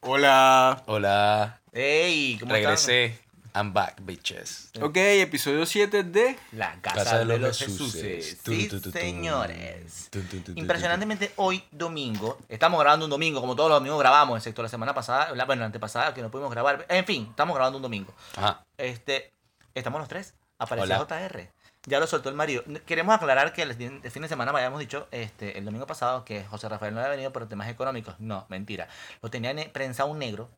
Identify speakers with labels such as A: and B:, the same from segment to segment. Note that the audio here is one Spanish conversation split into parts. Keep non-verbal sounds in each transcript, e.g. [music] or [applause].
A: Hola.
B: Hola.
C: Ey, ¿cómo están?
B: Regresé. I'm back, bitches.
A: Ok, episodio 7 de...
C: La casa, de los, Jesuses.
B: Tu,
C: Sí,
B: tu, tu, tu.
C: señores.
B: Tu, tu, tu, tu, tu.
C: Impresionantemente hoy domingo, estamos grabando un domingo, como todos los domingos grabamos, excepto la semana pasada, la- bueno, la antepasada que no pudimos grabar. En fin, estamos grabando un domingo.
B: Ajá.
C: Este, estamos los tres. Apareció
B: Hola.
C: JR. Ya lo soltó el marido. Queremos aclarar que el fin el fin de semana habíamos dicho, este, el domingo pasado, que José Rafael no había venido por temas económicos. No, mentira. Lo tenía ne- prensado un negro.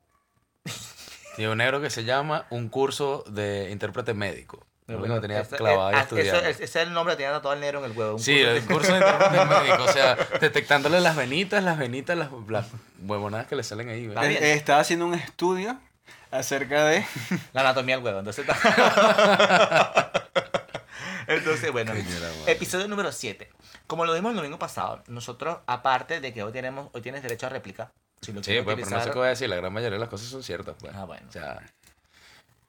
B: Tiene un negro que se llama un curso de intérprete médico. Lo único que tenía
C: Ese-
B: clavado ahí
C: ah, eso-
B: estudiando.
C: Ese es el nombre que tenía tatuado el negro en el huevo. un
B: Sí,
C: curso
B: el curso de intérprete médico. O sea, detectándole las venitas, las venitas, las, las huevonadas que le salen ahí.
C: Está
B: güey.
A: Eh,
C: bien.
A: eh, Estaba haciendo un estudio acerca de...
C: La anatomía del huevo, entonces. [laughs] está- entonces, bueno.
B: Coño, la madre.
C: Episodio número 7. Como lo vimos el domingo pasado, nosotros, aparte de que hoy tenemos, hoy tienes derecho a réplica. Si lo
B: Sí,
C: quieres
B: pues, pero no sé
C: utilizar-
B: qué voy a decir. La gran mayoría de las cosas son ciertas, pues.
C: Ah, bueno.
B: O sea,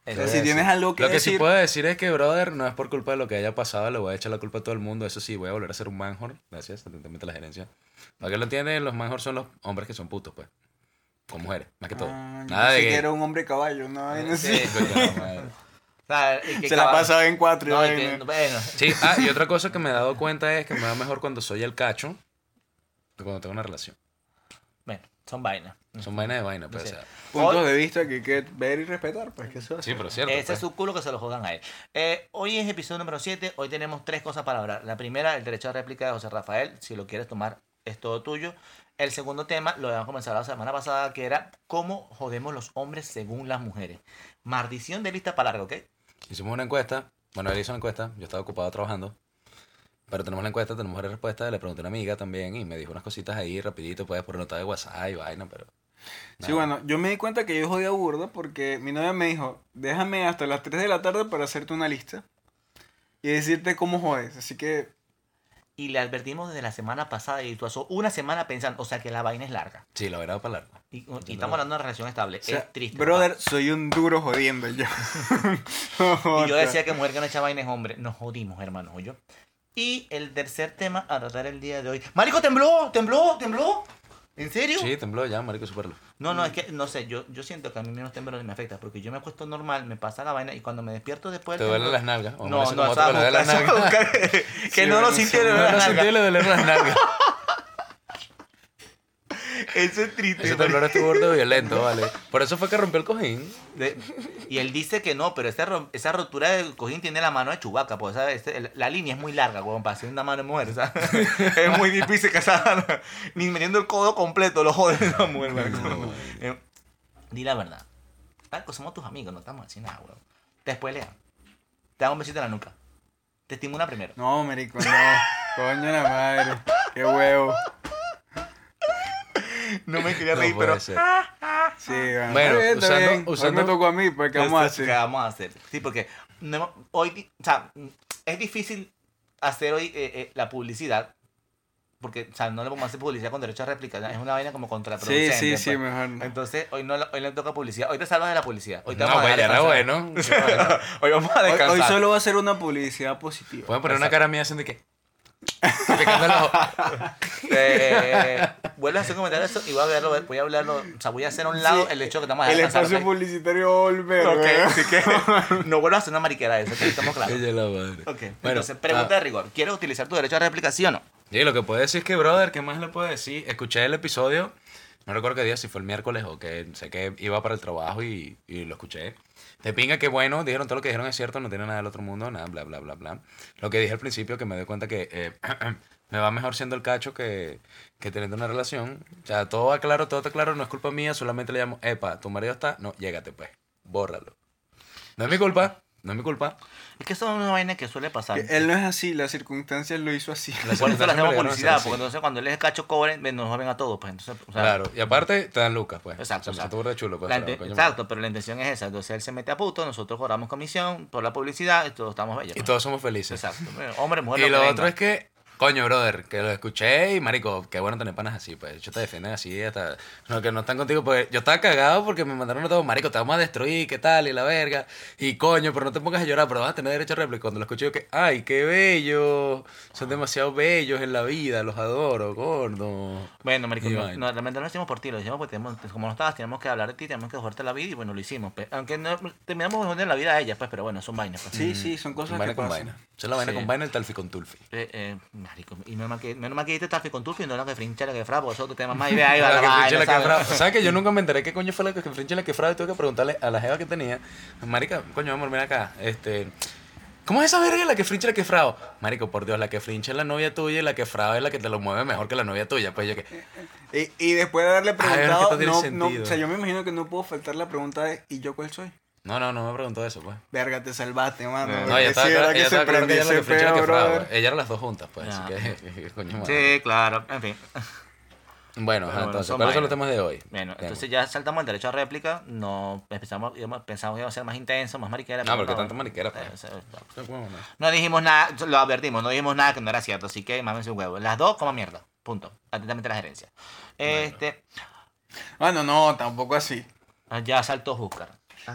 C: Entonces,
A: Si tienes algo que
B: lo que
A: decir...
B: sí puedo decir es que, brother, no es por culpa de lo que haya pasado, le voy a echar la culpa a todo el mundo. Eso sí, voy a volver a ser un manhor. Gracias, atentamente la gerencia. Para que lo entienden, los manhor son los hombres que son putos, pues. Con mujeres, más que Eh, todo.
A: Ah, yo
B: Nada
A: pensé
B: de
A: que
B: gay.
A: era un hombre caballo, [laughs] no vaina así.
C: Sí.
B: [laughs] Coño, la madre.
C: o sea, y que
A: Se la
C: cada-
A: pasaba en cuatro y
C: No, y
A: vaina.
C: que- bueno,
B: Sí, ah, y otra cosa que me he dado cuenta es que me va mejor cuando soy el cacho que cuando tengo una relación.
C: bueno, son vainas.
B: Son vainas de vaina, pues.
C: Sí.
B: o sea.
A: Puntos de vista que hay que ver y respetar, pues que eso hace.
B: Sí, pero es cierto.
C: Ese
B: pues.
C: es su culo que se lo jodan a él. Eh, hoy es episodio número 7. Hoy tenemos tres cosas para hablar. La primera, el derecho a réplica de José Rafael. Si lo quieres tomar, es todo tuyo. El segundo tema, lo habíamos comenzado la semana pasada, que era cómo jodemos los hombres según las mujeres. Maldición de lista para largo, ¿ok?
B: Hicimos una encuesta. Bueno, él hizo una encuesta. Yo estaba ocupado trabajando. Pero tenemos la encuesta, tenemos varias respuestas. Le pregunté a una amiga también y me dijo unas cositas ahí rapidito, pues, por nota de WhatsApp y vaina, pero...
A: Sí, bueno, yo me di cuenta que yo jodía burda porque mi novia me dijo, déjame hasta las 3 de la tarde para hacerte una lista y decirte cómo jodes. Así que,
C: Y le advertimos desde la semana pasada y tú haces una semana pensando, o sea que la vaina es larga.
B: Sí, la verdad para largo.
C: Y, y estamos hablando de una relación estable.
A: o sea,
C: es triste.
A: brother, soy un duro jodiendo yo.
C: Y yo decía que mujer que no echa vaina es hombre. Nos jodimos, hermano, yo. Y el tercer tema a tratar el día de hoy. ¡Marico, tembló! ¡Tembló! ¡Tembló! ¿En serio?
B: Sí, tembló ya, marico, superlo.
C: No, no, es que, no sé, yo, yo siento que a mí menos temblores me afecta porque yo me acuesto normal, me pasa la vaina y cuando me despierto después...
B: Te
C: del
B: duelen las
C: temblor-
B: nalgas. O
C: No,
B: amanece
C: no,
B: como
C: eso
B: otro, le
C: a
B: duele las
C: buscar, eso a
B: nalgas.
C: buscar. [laughs] que
A: Sí,
C: no lo
A: bueno, sí,
C: sintieron en
A: no
C: las
B: [laughs] No, no
C: nalgas.
B: sentí le duelen las nalgas.
C: Eso es triste.
B: Ese
C: marico.
B: temblor estuvo burdo violento, vale. Por eso fue que rompió el cojín.
C: De- y él dice que no, pero esa, rom- esa rotura del cojín tiene la mano de Chubaca, porque ¿sabes? Este- el- la línea es muy larga, weón, para hacer una mano de mujer, ¿sabes? [laughs] es muy difícil que esa [laughs] mano, ni metiendo el codo completo, lo jode la mujer, weón. [laughs] Eh, Di la verdad. Paco, somos tus amigos, no estamos haciendo nada, weón. Te spoilean. Te dan un besito en la nuca. Te estimula primero.
A: [laughs] No, marico, no. Coño la madre. Qué huevo.
C: No me quería
B: No
C: reír,
B: puede
C: pero...
B: ser.
A: Sí, bueno. Está
B: Bueno,
A: bien, está
B: usando-
A: bien. Hoy
B: usando-
A: me tocó a mí, pues, ¿qué vamos a
C: Entonces,
A: hacer?
C: Este, ¿Qué vamos a hacer? Sí, porque no hemos- hoy, di- o sea, es difícil hacer hoy eh, eh, la publicidad, porque, o sea, no le vamos a hacer publicidad con derecho a réplica, ¿no? es una vaina como
A: Sí,
C: contraproducente.
A: sí, sí,
C: pues.
A: mejor no.
C: Entonces, hoy no le- hoy le toca publicidad. Hoy te salvas de la publicidad. Hoy te
B: No,
C: vamos a
B: pues ya
C: dejar
B: era
C: descansar. [laughs]
B: bueno. Qué bueno.
C: Hoy vamos a
A: Hoy-
C: descansar.
A: Hoy solo va a ser una publicidad positiva.
B: Pueden poner una cara mía haciendo que... Picando los
C: [laughs]
B: ojos.
C: Eh, vuelves a hacer un comentario de eso y voy a verlo, voy a hablarlo, o sea, voy a hacer a un lado
A: Sí,
C: el hecho que te vamos a
A: El
C: dejar
A: espacio
C: descansar, ¿ok?
A: publicitario va a volver.
C: Ok,
A: weón. [laughs]
C: así que no vuelvas a hacer una mariquera de eso, que estamos claros.
B: Ella la madre.
C: Ok,
B: Bueno,
C: entonces, pregunta
B: ah,
C: de rigor. ¿Quieres utilizar tu derecho a réplica, sí o no?
B: Sí, lo que puedo decir es que, brother, ¿qué más le puedo decir? Escuché el episodio, no recuerdo qué día, si fue el miércoles o que sé que iba para el trabajo y, y lo escuché. De pinga, que bueno, dijeron todo lo que dijeron es cierto, no tiene nada del otro mundo, nada, bla, bla, bla, bla. Lo que dije al principio, que me doy cuenta que eh, [clears throat] me va mejor siendo el cacho que, que teniendo una relación. O sea, todo va claro, todo está claro, no es culpa mía, solamente le llamo, epa, tu marido está, no, llégate pues, bórralo. No es mi culpa, no es mi culpa.
C: Es que eso es una vaina que suele pasar.
A: Que Él no es así, las circunstancias lo hizo así.
C: [laughs]
B: [laughs]
C: Por eso le hacemos
B: Las
C: publicidad,
B: circunstancias me obligaron a ser así.
C: porque entonces cuando él es cacho cobre, me- nos joven a todos, pues entonces, o sea,
B: Claro, y aparte te dan lucas, pues.
C: Exacto,
B: O sea,
C: exacto.
B: te burda chulo, pues.
C: la
B: pero,
C: inte-
B: coño,
C: exacto, pero la intención es esa, entonces él se mete a puto, nosotros cobramos comisión por la publicidad y todos estamos bellos.
B: Y
C: pues.
B: todos somos felices.
C: Exacto, hombre, mujer,
B: [laughs] y
C: que
B: lo
C: venga.
B: otro es que Coño, brother, que lo escuché y marico, qué bueno tener panas así, pues. Yo te defienden así hasta. No, que no están contigo, pues. Yo estaba cagado porque me mandaron todo, marico, te vamos a destruir, qué tal, y la verga. Y coño, pero no te pongas a llorar, pero vas a tener derecho a réplica. Cuando lo escuché, yo que, ay, qué bello. Son demasiado bellos en la vida, los adoro, gordo.
C: Bueno, marico,
B: Y
C: no,
B: vaina.
C: no, realmente no lo hicimos por ti, lo hicimos porque tenemos, pues, como no estabas, teníamos que hablar de ti, teníamos que jugarte la vida y bueno, lo hicimos. pues. Aunque no, terminamos jugando la vida a ella, pues, pero bueno, son vainas. Pues.
A: Sí, sí, son cosas
B: vaina
A: que
B: con
A: pasan.
B: vaina. Esa es la vaina
C: Sí.
B: con vaina, el talfi con tulfi.
C: Eh, eh, marico, y menos mal que, menos mal que dijiste Taffy con Tufi, no la que frincha la que fra, porque eso te tema más idea ahí va
B: [laughs] La
C: la
B: que frinche
C: vaina,
B: la quefrada.
C: ¿sabes?
B: ¿Sabes que yo nunca me enteré qué coño fue la que frinche la quefrada y tuve que preguntarle a la jeva que tenía? Marica, coño, amor, mira acá. Este. ¿Cómo es esa verga la que frinche la quefrada? Marico, por Dios, la que frinche es la novia tuya y la quefrada es la que te lo mueve mejor que la novia tuya. Pues yo que.
A: Y, y después de haberle
B: ver, es que
A: preguntado,
B: esto tiene
A: no, no,
B: sentido.
A: o sea, yo me imagino que no puedo faltar la pregunta de ¿y yo cuál soy?
B: No, no, no me preguntó eso, pues.
A: Verga, te salvaste, mano.
C: No,
A: porque
B: Eh, No, ella estaba
A: sí,
B: clara-
A: verdad
B: ella estaba clara que
A: prendí
B: ella era la que
A: ese
B: frinche la
A: peo,
B: quefrada.
A: brother.
B: pues. Ella era las dos juntas, pues. Así
C: Ya.
B: que, [laughs] coño, madre.
C: Ah. Sí, claro, en
B: [laughs]
C: fin.
B: Bueno, ajá,
C: bueno,
B: entonces,
C: son
B: ¿cuáles son los
C: vainas.
B: temas de hoy?
C: Bueno,
B: Venga.
C: entonces ya saltamos al derecho a réplica, no pensamos, íbamos- pensamos que iba a ser más intenso, más mariquera.
B: No,
C: pero
B: porque
C: no,
B: tanto
C: bueno.
B: mariquera,
C: Eh, o
B: pues.
C: sea, No dijimos nada, lo advertimos, no dijimos nada que no era cierto, así que mámense un huevo. Las dos, como mierda. Punto. Atentamente la gerencia. Este, ah,
A: Bueno, no, tampoco así.
C: ya saltó Júcar.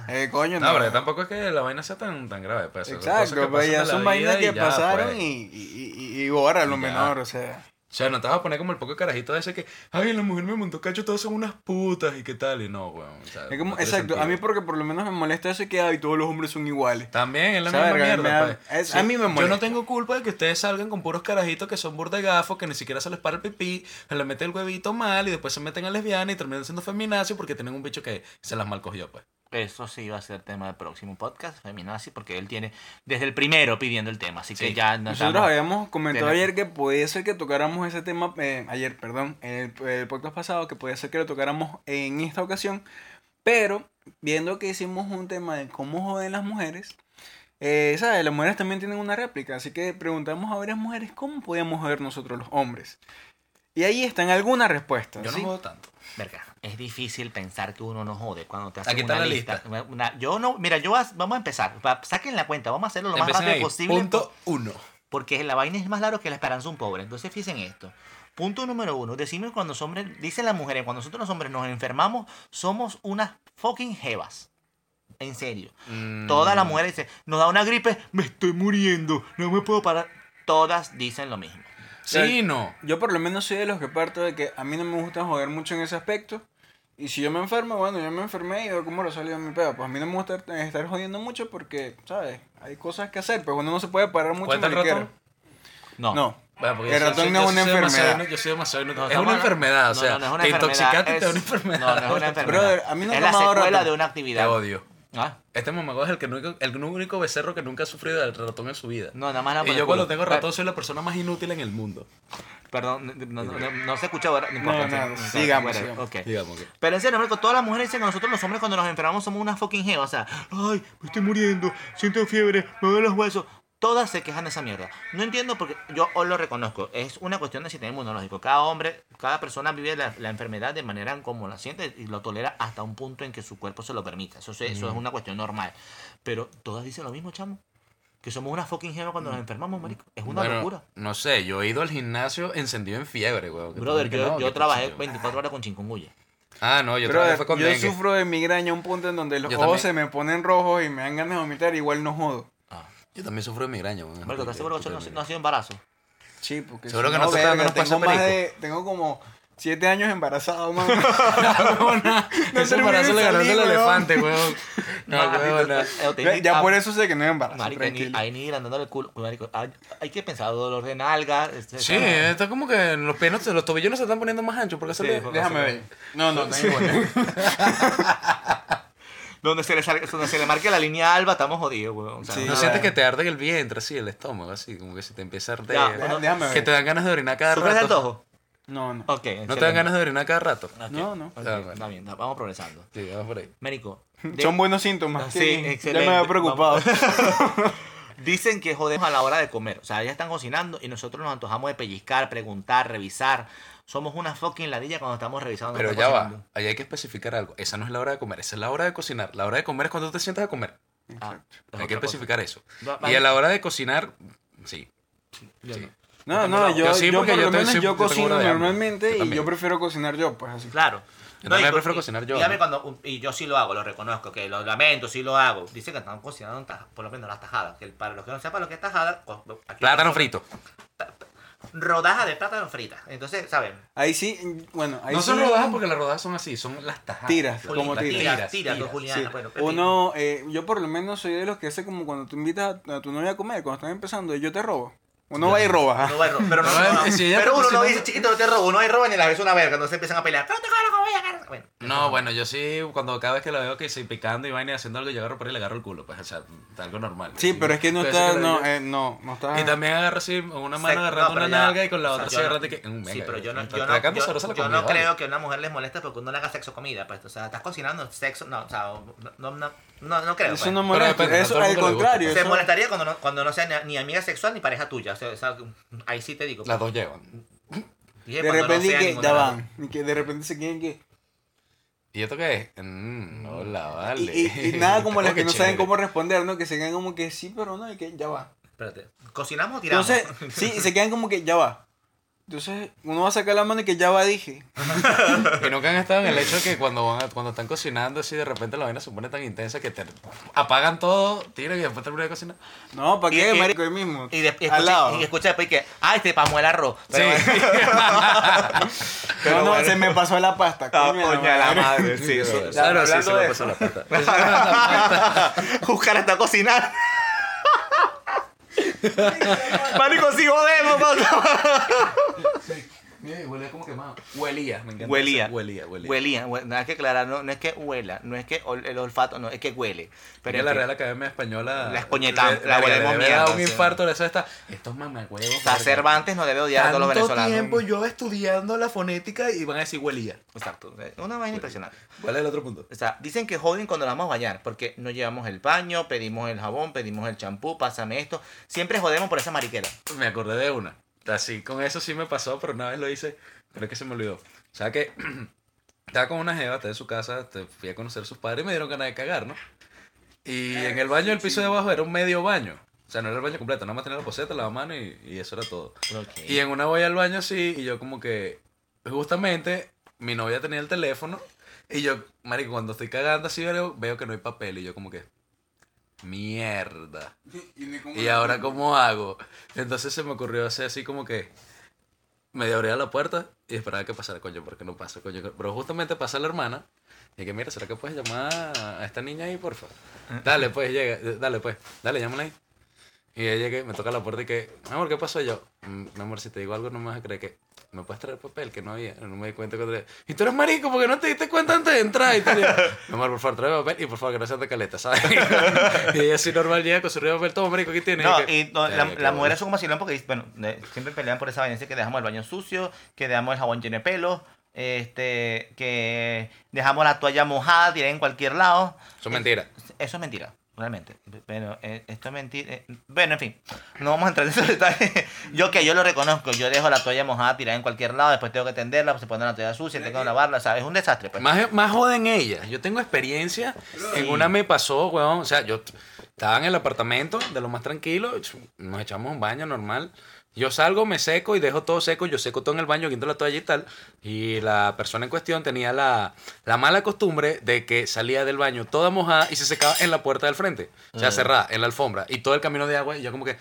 A: Eh, coño,
B: No, pero tampoco es que la vaina sea tan, tan grave. Pues, son cosas que
A: Exacto, pues
B: pasan
A: ya
B: en la
A: son vainas
B: vida
A: que
B: ya,
A: pasaron
B: pues.
A: y, y, y, y ahora lo
B: Ya. Eh,
A: menor, o sea.
B: O sea, no te vas a poner como el poco carajito ese que, ay, la mujer me montó cacho, todas son unas putas y qué tal, y no, weón. o sea,
A: es como-
B: no tiene
A: exacto, a mí
B: sentido.
A: porque por lo menos me molesta eso que ay, todos los hombres son iguales.
B: También es la
A: Esa
B: misma
A: verga, me
B: mierda,
A: da-
B: pues.
A: es- a mí me
B: Yo
A: molesta.
B: no tengo culpa de que ustedes salgan con puros carajitos que son burdegafos, que ni siquiera se les para el pipí, se les mete el huevito mal y después se meten a lesbiana y terminan siendo feminazio porque tienen un bicho que se las mal cogió, pues.
C: Eso sí va a ser tema del próximo podcast, Feminazi, porque él tiene desde el primero pidiendo el tema, así que
B: Sí.
C: ya no
A: Nosotros
C: estamos-
A: habíamos comentado
C: Tenemos-
A: ayer que podía ser que tocáramos ese tema, eh, ayer, perdón, en el, el podcast pasado, que podía ser que lo tocáramos en esta ocasión, pero viendo que hicimos un tema de cómo joden las mujeres, eh, ¿sabes? Las mujeres también tienen una réplica, así que preguntamos a varias mujeres cómo podíamos joder nosotros los hombres. Y ahí están algunas respuestas.
B: Yo
A: ¿sí?
B: no jodo tanto.
C: Verga, es difícil pensar que uno no jode cuando te hace
B: Aquí está
C: una
B: la
C: lista.
B: lista.
C: Una- una- yo no, mira, yo vas- vamos a empezar. Va- saquen la cuenta, vamos a hacerlo lo más
B: Empiecen
C: rápido
B: ahí.
C: posible. pues.
B: Punto uno.
C: Porque la vaina es más larga que la esperanza de un pobre. Entonces fíjense en esto. Punto número uno. Decimos cuando los hombres, dicen las mujeres, cuando nosotros los hombres nos enfermamos, somos unas fucking jevas. En serio.
B: Mm.
C: Todas las mujeres dicen, nos da una gripe, me estoy muriendo, no me puedo parar. Todas dicen lo mismo.
B: Sí, no.
A: Yo por lo menos soy de los que parto de que a mí no me gusta joder mucho en ese aspecto. Y si yo me enfermo, bueno, yo me enfermé y veo cómo lo salió mi pedo. Pues a mí no me gusta estar jodiendo mucho porque, ¿sabes? Hay cosas que hacer, pero uno no se puede parar mucho.
B: ¿Cuenta el
A: mariquera.
B: ratón?
C: No.
A: No.
B: Bueno, porque
A: El
B: yo soy-
A: ratón
B: yo
A: no es
B: soy
A: una
B: demasiado
A: enfermedad.
B: inu- Yo soy demasiado inútil.
C: No,
B: Es
C: no,
B: una
C: no.
B: enfermedad, o
C: No,
B: sea,
C: no, no es una
B: te
C: enfermedad,
B: intoxicaste y te da
C: es-
B: una enfermedad.
C: No, no es una
B: [laughs]
C: enfermedad.
A: Brother, a mí nunca
C: es la
A: me ha dado
C: secuela
A: rato.
C: de una
B: Te
C: actividad.
B: odio.
C: Ah,
B: Este mamago es el, que único, el único becerro que nunca ha sufrido del ratón en su vida.
C: No, nada más nada
B: y
C: por el
B: yo cuando
C: culo.
B: tengo ratón soy la persona más inútil en el mundo.
C: Perdón, no, no- no- no se escuchó, ¿verdad?
A: No,
C: importa,
A: nada,
C: sí, sí,
A: sigamos,
C: whatever.
A: sigamos.
C: Ok.
B: Digamos que.
C: Pero en serio, marico, todas las mujeres dicen que nosotros los hombres cuando nos enfermamos somos una fucking jeva. O sea, ay, me estoy muriendo, siento fiebre, me duelen los huesos. Todas se quejan de esa mierda. No entiendo porque yo hoy lo reconozco. Es una cuestión de sistema inmunológico. Cada hombre, cada persona vive la, la enfermedad de manera en como la siente y lo tolera hasta un punto en que su cuerpo se lo permita. Eso, se- eso es una cuestión normal. Pero todas dicen lo mismo, chamo. Que somos una fucking jeva
A: Mm.
C: cuando nos enfermamos, marico. Es una
B: Bueno,
C: locura.
B: No sé, yo he ido al gimnasio encendido en fiebre, weón. que
C: Brother,
B: tú
C: yo,
B: dices que no,
C: yo
B: que
C: trabajé
B: tú-
C: 24 horas con chikungunya.
B: Ah, no, yo
A: Brother,
B: trabajé fue con
A: yo
B: dengue.
A: sufro de migraña a un punto en donde los
B: Yo
A: ojos
B: también.
A: se me ponen rojos y me dan ganas de vomitar, igual no jodo.
B: Yo también sufro de migraña, weón.
C: Marico, ¿estás seguro que eso no,
B: Puta
C: no ha
B: migraña.
C: sido embarazo?
A: Sí, porque
B: Seguro
A: si
B: que nosotros
A: verga,
B: no nos
A: tengo
B: pasa
A: más
B: perico.
A: de, Tengo como siete años embarazado, mano. No
B: [laughs]
A: terminé
B: Ese embarazo
A: de
B: le ganaste
A: salir,
B: al
A: weón.
B: elefante,
C: [laughs]
B: weón. No,
C: Marico,
B: weón, [laughs] no.
C: eh, te-
A: ya
C: ah,
A: por eso sé que no es embarazo.
C: Marico, ahí ni-
A: tranquilo.
C: ahí ni dándole el culo. Marico, hay, hay que pensar dolor de nalga. este,
B: Sí, eh.
C: esa-
B: está como que los piernas, los tobillos no se están poniendo más anchos. ¿Por qué se
C: Sí,
B: le-
C: porque-
A: Déjame ver. No, no, tengo igual.
C: Donde se, le salga- donde se le marque la línea alba, estamos jodidos, weón. O sea,
A: Sí.
C: no-
B: No sientes que te arde el vientre, así, el estómago, así, como que se te empieza a arder.
C: Ya,
B: ¿no?
C: bueno,
A: Déjame ver.
B: que te dan ganas de orinar cada
C: ¿Sufres de
B: rato.
C: antojo?
A: No, no.
C: Ok.
B: No
C: excelente.
B: te dan ganas de orinar cada rato.
C: Ok,
A: No, no.
C: ok,
B: Ah, bueno.
C: Está bien, vamos progresando.
B: Sí, vamos por ahí.
C: Marico. de-
A: Son buenos síntomas.
C: Sí,
A: que
C: excelente.
A: Ya me había preocupado. [laughs]
C: Dicen que jodemos a la hora de comer. O sea, ellas están cocinando y nosotros nos antojamos de pellizcar, preguntar, revisar. Somos una fucking ladilla cuando estamos revisando.
B: Pero
C: cuando
B: ya
C: estamos
B: va, ahí hay que especificar algo. Esa no es la hora de comer, esa es la hora de cocinar. La hora de comer es cuando tú te sientas a comer.
C: cocinando. Ah, es
B: Hay que
C: otra cosa.
B: especificar eso.
C: Va-
B: Y a la hora de cocinar, sí.
C: Yo
B: Sí.
C: no.
A: No, no, yo,
B: Yo
A: yo,
B: sí, porque
A: por
B: yo
A: lo
B: estoy-
A: menos
B: sí,
A: yo
B: yo tengo
A: cocino
B: una de hambre. Yo
A: normalmente y
B: también.
A: yo prefiero cocinar yo, pues así.
C: Claro.
B: Yo también
C: y-
B: prefiero cocinar yo,
C: Y, dame
B: ¿no?
C: cuando, y yo sí lo hago, lo reconozco, que lo lamento, sí lo hago. Dicen que están cocinando taj- por lo menos las tajadas. Que el- para los que no sepan lo que es tajada, co- aquí-
B: Plátano frito.
C: Rodaja de plátano frita. Entonces, ¿saben?
A: Ahí sí, bueno, ahí
B: no
A: sí.
B: son rodajas porque las rodajas son así, son las tajadas.
A: Tiras,
B: Las
A: como tiras.
C: Tiras, tiras, con
A: Sí.
C: Juliana. Bueno, en fin.
A: Uno, eh, yo por lo menos soy de los que hace como cuando tú invitas a, a tu novia a comer, cuando están empezando, yo te robo. Uno va y roba.
C: No, bueno, pero no,
B: No,
C: no, no.
B: si ella
C: pero
B: te
C: uno no
B: cocinó-
C: dice, chiquito, no te robo, no hay robo ni la ves una verga, entonces empiezan a pelear. No te agarro, voy a agarrar. Bueno,
B: No, bueno, yo sí, cuando cada vez que la veo que sí, picando y vaina y haciendo algo, yo agarro por ahí y le agarro el culo, pues, o sea, algo normal.
A: Sí, pero es que no
B: Pero
A: está,
B: sí que la-
A: no, eh, no, no está.
B: Y también agarro así, una
C: Sec-
B: mano agarrando
C: no, pero
B: una
C: ya-
B: nalga y con la
C: o sea,
B: otra
C: yo
B: sí agarrando
C: no-
B: y que... mm,
C: Sí,
B: venga,
C: pero yo no,
B: está
C: yo no,
B: atacando
C: yo-
B: sabrosa la
C: yo
B: comida,
C: no
B: vale.
C: creo que a una mujer les moleste porque uno le haga sexo comida. Pues, o sea, estás cocinando sexo. No, o sea, no, no, no, no creo.
A: Eso
C: pues.
A: no
B: Pero
A: molesta,
B: depende, no
A: eso
B: todo el
A: al
B: mundo le gusta.
A: contrario.
C: Se
A: eso-
C: molestaría cuando no, cuando no sea ni, ni amiga sexual ni pareja tuya. O sea, o sea, ahí sí te digo. pues,
B: Las dos llevan.
C: Dije,
A: de
C: cuando no
A: repente
C: sea
A: que
C: ninguna
A: ya
C: de las
A: van, y que de repente se quieren que
B: ¿Y esto qué es? Mm, hola, vale.
A: y, y- y nada como
C: [laughs]
B: [laughs] Oh,
A: las
B: qué
A: que no saben
B: chévere.
A: cómo responder, ¿no? Que se quedan como que sí, pero no, y que ya va.
C: dos. Espérate. ¿Cocinamos o tiramos?
A: Entonces, sí, y se quedan como que ya va. Entonces, uno va a sacar la mano y que ya va, dije.
B: Que nunca han estado en el hecho de que cuando, van a- cuando están cocinando, así de repente la vaina se pone tan intensa que te apagan todo, tiran y después terminan de cocinar.
A: No, ¿para
C: Y-
A: qué,
C: y-
A: marico? Ahí mismo.
C: y, después
A: al lado.
C: y escucha después que, ay, te pasmó el arroz. Pero,
B: Sí. [laughs]
A: No, no,
C: bueno. Ah,
A: se me pasó la
C: [laughs]
A: pasta. coño,
C: coño de la madre. Sí,
B: Sí,
C: eso.
B: sí,
C: Hablando
B: sí, se
C: de
B: me
C: eso.
B: pasó la pata.
C: [laughs] Buscar hasta cocinar. Marico, si jodemos, pasa.
B: Mira, huele como quemado. Huelía, me encanta.
C: Huelía.
B: ese Huelía, huelía.
C: Huelía, hue- no hay que aclarar, no, no es que huela, no es que ol- el olfato, no, es que huele. Pero
B: Pero
C: en
B: la
C: fin.
B: Real Academia Española.
C: La escoñetamos,
B: le-
C: la
B: le-
C: huelemos
B: le debe dar
C: mierda,
B: un
C: sí.
B: infarto de eso está. Estos mamagüevos.
C: O sea, Cervantes nos debe odiar a todos los venezolanos.
B: yo estudiando la fonética y van a decir huelía.
C: Exacto. Una vaina impresionante.
B: ¿Cuál es el otro punto?
C: O sea, dicen que joden cuando nos vamos a bañar, porque no llevamos el paño, pedimos el jabón, pedimos el champú, pásame esto. Siempre jodemos por esa mariquera.
B: Me acordé de una. Así, con eso sí me pasó, pero una vez lo hice, creo que se me olvidó. O sea que [clears throat] estaba con una jeva, estaba en su casa, te fui a conocer a sus padres y me dieron ganas de cagar, ¿no? Y en el baño, el piso de abajo era un medio baño. O sea, no era el baño completo, nada más tenía la poseta, la mano y, y eso era todo. Y en una voy al baño así, y yo como que, justamente, mi novia tenía el teléfono, y yo, marico, cuando estoy cagando así, veo, veo que no hay papel, y yo como que, mierda. ¿Y ahora cómo hago? Entonces se me ocurrió hacer así como que medio abría la puerta y esperaba que pasara, coño, porque no pasa, coño. Pero justamente pasa la hermana y que, mira, ¿será que puedes llamar a esta niña ahí, porfa? Dale, pues, llega, eh, dale, pues, dale, llámala ahí. Y ella que me toca la puerta y que, "Mi amor, ¿qué pasó? Y yo, "Mm, mi amor, si te digo algo no me vas a creer que me puedes traer papel que no había, no me di cuenta que traía. Y tú eres marico porque no te diste cuenta antes de entrar. Y te digo, [laughs] mi amor, por favor, trae papel y por favor, que no seas de caleta, ¿sabes? [laughs] y ella así normal llega con su río de papel, toma, marico, ¿qué tienes?
C: No,
B: que-
C: y no, la-
B: Verga,
C: las
B: qué
C: mujeres son como vacilón porque, bueno, de- siempre pelean por esa vaina, dice que dejamos el baño sucio, que dejamos el jabón lleno de pelos, este, que dejamos la toalla mojada tirada en cualquier lado.
B: Son mentiras.
C: Eso es mentira, realmente. Pero eh, esto es mentira. eh, bueno, en fin, no vamos a entrar en esos [laughs] detalles. Yo que yo lo reconozco, yo dejo la toalla mojada tirada en cualquier lado, después tengo que tenderla, pues, se pone la toalla sucia, tengo que lavarla, o sea, es un desastre. Pues.
B: Más, más joden ellas. Yo tengo experiencia. En una me pasó, weón. O sea, yo t- estaba en el apartamento de lo más tranquilo. ch- Nos echamos un baño normal. Yo salgo, me seco y dejo todo seco. Yo seco todo en el baño, quito la toalla y tal. Y la persona en cuestión tenía la, la mala costumbre de que salía del baño toda mojada y se secaba en la puerta del frente. O sea, cerrada, en la alfombra. Y todo el camino de agua. Y yo como que,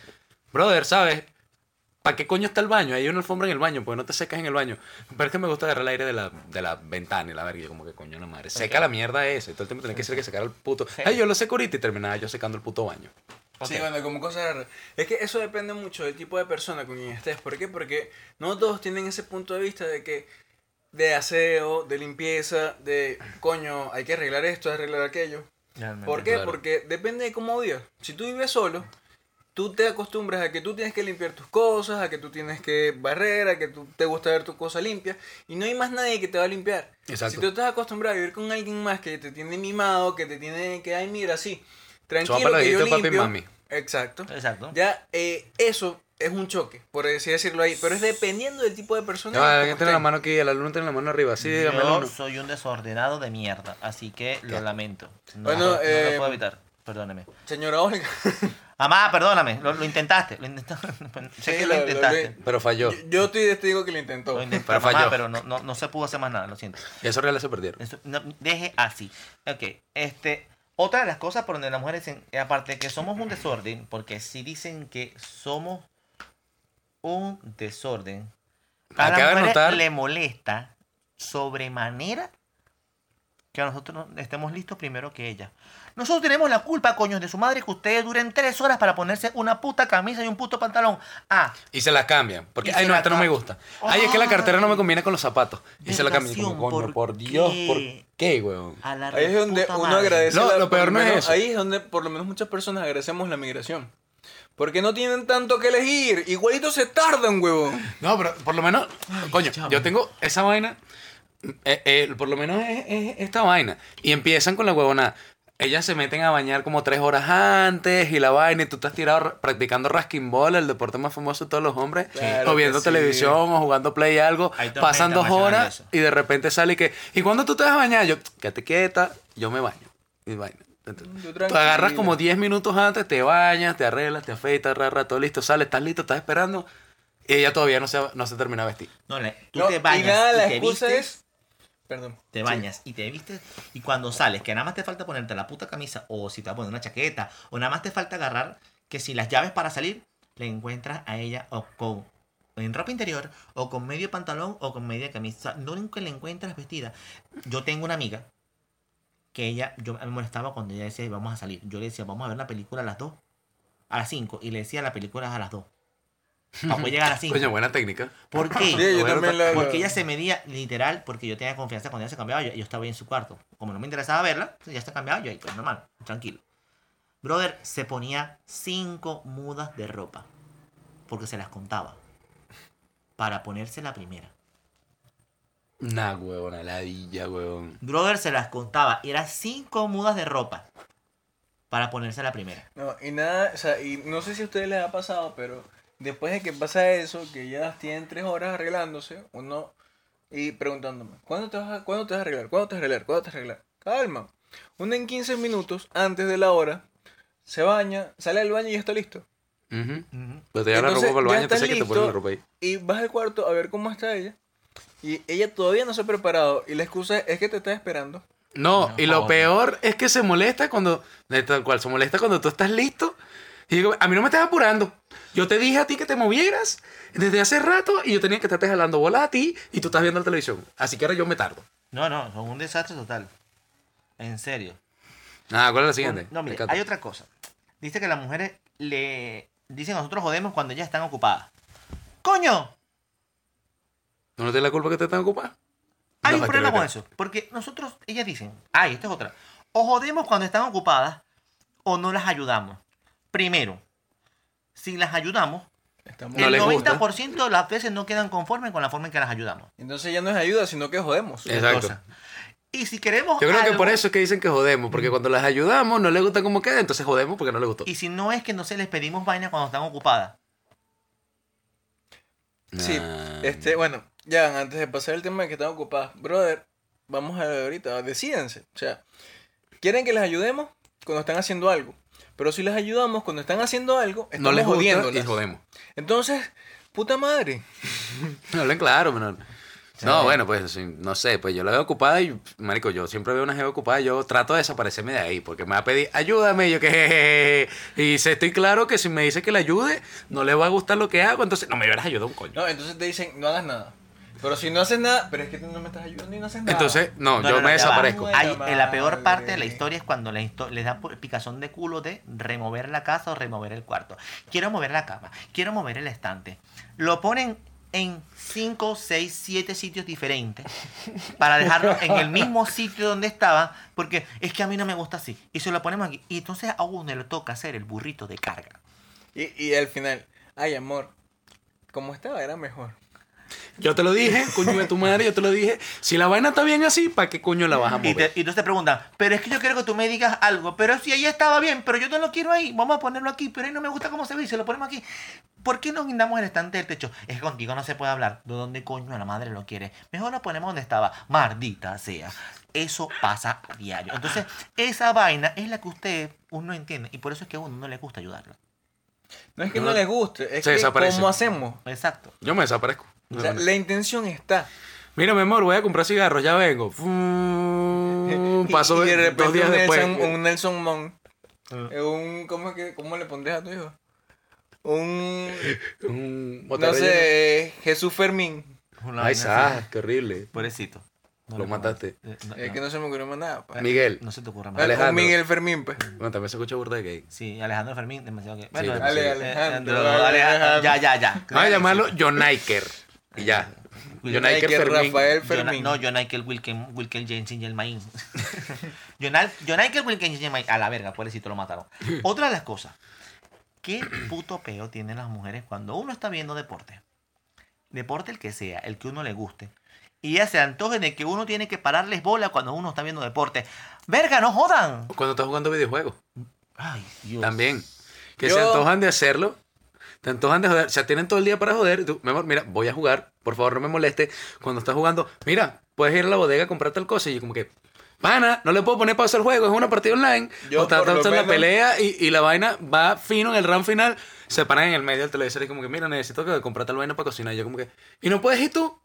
B: brother, ¿sabes? ¿Para qué coño está el baño? Hay una alfombra en el baño, porque no te secas en el baño. Pero es que me gusta agarrar el aire de la, de la ventana y la verga. y Yo como que coño la madre. Seca la mierda esa. Y todo el tiempo tenés que decir que secar el puto. Ay, yo lo seco ahorita y terminaba yo secando el puto baño.
A: Sí, bueno, como cosas raras. Es que eso depende mucho del tipo de persona con quien estés. ¿Por qué? Porque no todos tienen ese punto de vista de que de aseo, de limpieza, de coño, hay que arreglar esto, arreglar aquello. ¿Por qué?
B: claro.
A: Porque depende de cómo vivas. Si tú vives solo, tú te acostumbras a que tú tienes que limpiar tus cosas, a que tú tienes que barrer, a que tú te gusta ver tu cosa limpia y no hay más nadie que te va a limpiar.
B: Exacto.
A: Si tú estás acostumbrado a vivir con alguien más que te tiene mimado, que te tiene que ay mira así, tranquilo
B: Chúpalo,
A: que yo
B: dijiste,
A: limpio.
B: papi y mami.
A: Exacto.
C: Exacto.
A: Ya eh, eso es un choque, por así decirlo ahí, pero es dependiendo del tipo de persona.
B: Ya va,
A: como
B: alguien tiene la
A: estén.
B: mano aquí, el alumno tiene la mano arriba. Sí, dígame el
C: Yo
B: alumno.
C: soy un desordenado de mierda, así que lo lamento. No,
A: Bueno,
C: no lo
A: eh,
C: puedo evitar, perdóneme.
A: Señora Olga. [laughs]
C: Mamá, perdóname, lo, lo intentaste. Lo intentaste. [laughs] sé
A: Sí,
C: que
A: lo-
C: lo,
A: lo-
C: intentaste.
B: Pero falló.
A: Yo, yo estoy testigo que lo
C: Lo,
A: intentó.
C: intentaste,
B: Pero
C: mamá,
B: falló.
C: pero no, no, no se pudo hacer más nada, lo siento.
B: Y esos reales se perdieron.
C: Eso- no, deje así. Ok, este, otra de las cosas por donde las mujeres, dicen, eh, aparte de que somos un desorden, porque si dicen que somos un desorden, a las
B: Acaba de
C: mujeres
B: notar-
C: le molesta sobremanera que a nosotros no- estemos listos primero que ellas. Nosotros tenemos la culpa, coños de su madre, que ustedes duren tres horas para ponerse una puta camisa y un puto pantalón. Ah,
B: Y se las cambian. Porque,
C: Y
B: ay,
C: se
B: no,
C: la
B: esta no me
C: cambian.
B: gusta. Ay, es que la cartera no me
C: Ay.
B: combina con los zapatos. Y se la cambian. Y como,
C: Relación,
B: coño,
C: ¿por
B: por Dios, ¿por
C: qué?
B: qué, weón?
C: a la
A: Ahí es donde
C: reputa
A: uno
C: madre.
A: agradece.
B: No,
A: la-
B: lo
A: por
B: peor no es
A: menos-
B: eso.
A: Ahí es donde por lo menos muchas personas agradecemos la migración. Porque no tienen tanto que elegir. Igualito se tardan, huevón.
B: No, pero por lo menos, coño, yo tengo esa vaina, eh, eh, por lo menos es, es esta vaina. Y empiezan con la huevona. Ellas se meten a bañar como tres horas antes y la vaina, y tú estás tirado ra- practicando rasking ball, el deporte más famoso de todos los hombres,
A: Claro
B: o viendo
A: que sí.
B: televisión o jugando play algo.
C: Hay tormenta
B: Pasan dos
C: emocional de
B: horas
C: eso.
B: y de repente sale y que, ¿y cuándo tú te vas a bañar? Yo, quédate quieta, yo me baño. Y vaina.
A: Tú
B: Entonces, Tú
A: tranquila.
B: agarras como 10 minutos antes, te bañas, te arreglas, te afeitas, rara, todo listo, sales, estás listo, estás esperando. Y ella todavía no se, ha- no se termina de vestir.
C: No, le- tú
A: No,
C: te bañas
A: y nada, la
C: te
A: excusa
C: vistes.
A: es. Perdón.
C: Te bañas y te vistes y cuando sales, que nada más te falta ponerte la puta camisa o si te vas a poner una chaqueta o nada más te falta agarrar que si las llaves para salir, le encuentras a ella o con en ropa interior o con medio pantalón o con media camisa, no nunca la encuentras vestida. Yo tengo una amiga que ella, yo me molestaba cuando ella decía vamos a salir. Yo le decía vamos a ver la película a las 2, a las 5 y le decía la película es a las 2. Para poder llegar a las 5.
B: Coño, buena técnica.
C: ¿Por qué?
A: Sí, yo
B: Bueno,
A: también la-
C: Porque
A: la-
C: ella se medía literal porque yo tenía confianza cuando ella se cambiaba. Yo, yo estaba ahí en su cuarto. Como no me interesaba verla, ya está cambiada. Yo ahí, pues normal, tranquilo. Brother se ponía cinco mudas de ropa porque se las contaba para ponerse la primera.
B: Nah, huevón, heladilla, huevón.
C: Brother se las contaba y eran cinco mudas de ropa para ponerse la primera.
A: No, y nada, o sea, y no sé si a ustedes les ha pasado, pero después de que pasa eso, que ya tienen tres horas arreglándose, uno y preguntándome, ¿cuándo te vas a, cuándo te vas a arreglar? ¿Cuándo te vas a arreglar? ¿Cuándo te vas a arreglar? Calma. Uno en 15 minutos antes de la hora se baña, sale al baño y ya está listo.
B: Ujú.
C: Ujú.
B: Pero te llevan la ropa
A: Entonces,
B: para el
A: ya estás
B: baño, entonces hay que te ponen la
A: listo.
B: ropa ahí.
A: Y vas al cuarto a ver cómo está ella. Y ella todavía no se ha preparado. Y la excusa es que te está esperando.
B: No, y lo
C: joder.
B: peor es que se molesta cuando, de tal cual, se molesta cuando tú estás listo. Y digo, a mí no me estás apurando. Yo te dije a ti que te movieras desde hace rato y yo tenía que estarte jalando bola a ti y tú estás viendo la televisión. Así que ahora yo me tardo.
C: No, no, son un desastre total. En serio.
B: Ah, ¿cuál es la siguiente?
C: No,
B: Me
C: mire,
B: encanta.
C: hay otra cosa. Dice que las mujeres le dicen nosotros jodemos cuando ellas están ocupadas. ¡Coño!
B: ¿Tú no tienes la culpa que te están ocupando?
C: Hay
B: No,
C: un
B: mentira,
C: problema con
B: mentira.
C: eso. Porque nosotros, ellas dicen, ay, esta es otra. O jodemos cuando están ocupadas o no las ayudamos. Primero, si las ayudamos,
A: Estamos-
B: No
C: el
B: les gusta.
C: 90% de las veces no quedan conformes con la forma en que las ayudamos.
A: Entonces ya no es ayuda, sino que jodemos.
B: Eh. Exacto.
C: Cosa. Y si queremos
B: Yo creo que
C: algo- Mm.
B: por eso es que dicen que jodemos, porque cuando las ayudamos no les gusta cómo queda, entonces jodemos porque no les gustó.
C: Y si no es que no se les pedimos vaina cuando están ocupadas.
A: Sí,
B: Ah.
A: este, bueno, ya antes de pasar el tema de que están ocupadas, brother, vamos a ver ahorita, decídense. O sea, quieren que les ayudemos cuando están haciendo algo, pero si les ayudamos cuando están haciendo algo, estamos
B: no les gusta
A: jodiéndolas.
B: y jodemos.
A: Entonces, puta madre.
B: [laughs] Hablen claro, menor. No, bueno, pues sí, no sé, pues yo la veo ocupada y, marico, yo siempre veo una jeva ocupada y yo trato de desaparecerme de ahí porque me va a pedir, ayúdame, y yo que [laughs] jejeje. Y sé, estoy claro que si me dice que la ayude, no le va a gustar lo que hago, entonces no me hubieras ayudado un coño.
A: No, entonces te dicen, no hagas nada. Pero si no haces nada, pero es que tú no me estás ayudando y no haces nada.
B: Entonces, no, yo
C: ya
B: me
C: va.
B: desaparezco.
A: Bueno,
C: Hay, en la peor
A: madre.
C: parte de la historia es cuando les, les da pu- picazón de culo de remover la casa o remover el cuarto. Quiero mover la cama, quiero mover el estante. Lo ponen en 5, 6, 7 sitios diferentes para dejarlo en el mismo sitio donde estaba, porque es que a mí no me gusta así. Y se lo ponemos aquí. Y entonces a uno le toca hacer el burrito de carga.
A: Y, y al final, ay amor, como estaba era mejor.
B: Yo te lo dije, coño de tu madre, yo te lo dije. Si la vaina está bien así, ¿para qué coño la vas a
C: Y,
B: mover?
C: te, y entonces te preguntan, pero es que yo quiero que tú me digas algo, pero si ahí estaba bien, pero yo no lo quiero ahí, vamos a ponerlo aquí, pero ahí no me gusta cómo se ve, y se lo ponemos aquí. ¿Por qué no guindamos el estante del techo? Es que contigo no se puede hablar. ¿De dónde coño la madre lo quiere? Mejor lo ponemos donde estaba. Mardita sea. Eso pasa a diario. Entonces, esa vaina es la que usted, uno entiende, y por eso es que a uno no le gusta ayudarla.
A: No es que
B: No
A: no,
B: lo-
A: le guste, es
B: Se
A: que
B: desaparece.
A: ¿cómo hacemos?
C: Exacto.
B: Yo me desaparezco.
A: O sea, la intención está.
B: Mira, mi amor, voy a comprar cigarros, ya vengo. Fum, Paso
A: y, y de repente
B: dos días
A: un
B: después.
A: Nelson, un Nelson Mon. Ah. eh, Un, ¿cómo, es que, ¿Cómo le pondrías a tu hijo? Un.
B: Un bote
A: No
B: relleno.
A: sé, Jesús Fermín.
C: Una
B: Ay,
C: vaina
B: Sas,
C: así.
B: qué horrible.
C: Pobrecito. No
B: Lo
C: le
B: mataste.
C: pongas. Eh, no,
A: Es que
C: no,
A: no se me ocurrió más nada. pa.
B: Miguel.
C: no se te ocurra más.
A: Ah,
B: Alejandro.
A: Un Miguel Fermín, pues.
B: Bueno, también se escucha burda de gay.
C: Sí, Alejandro Fermín, demasiado que. eh,
B: Sí,
A: Ale-
B: sí.
A: Alejandro,
C: Alejandro,
A: Alejandro.
C: Ya, ya, ya.
B: Vamos a llamarlo Joniker. Y ya. Joniker
A: Michael
B: Fermín.
A: Rafael
C: Jona-
A: Fermín.
C: no, Jonaikel Wilken, Wilken Jensen [laughs] Yelmain. Jonal- Jonaikel Wilken Jensen Yelmain. A la verga, pobrecito, lo mataron. Otra de las cosas. ¿Qué puto peo tienen las mujeres cuando uno está viendo deporte? Deporte el que sea, el que uno le guste. Y ya se antojen de que uno tiene que pararles bola cuando uno está viendo deporte. ¡Verga, no jodan!
B: Cuando estás jugando videojuegos.
C: Ay, Dios.
B: También. Que
A: Yo-
B: se antojan de hacerlo. Te antojan de joder. O sea, tienen todo el día para joder. y tú, mi amor, mira, voy a jugar. Por favor, no me moleste. Cuando estás jugando, mira, puedes ir a la bodega a comprar tal cosa. Y yo como que, pana, no le puedo poner pausa al juego. Es una partida online.
A: Yo,
B: o estás
A: por lo
B: en la
A: menos-
B: pelea y, y la vaina va fino en el round final. Se paran en el medio del televisor y como que, mira, necesito que comprar tal vaina para cocinar. Y yo como que, ¿y no puedes ir tú?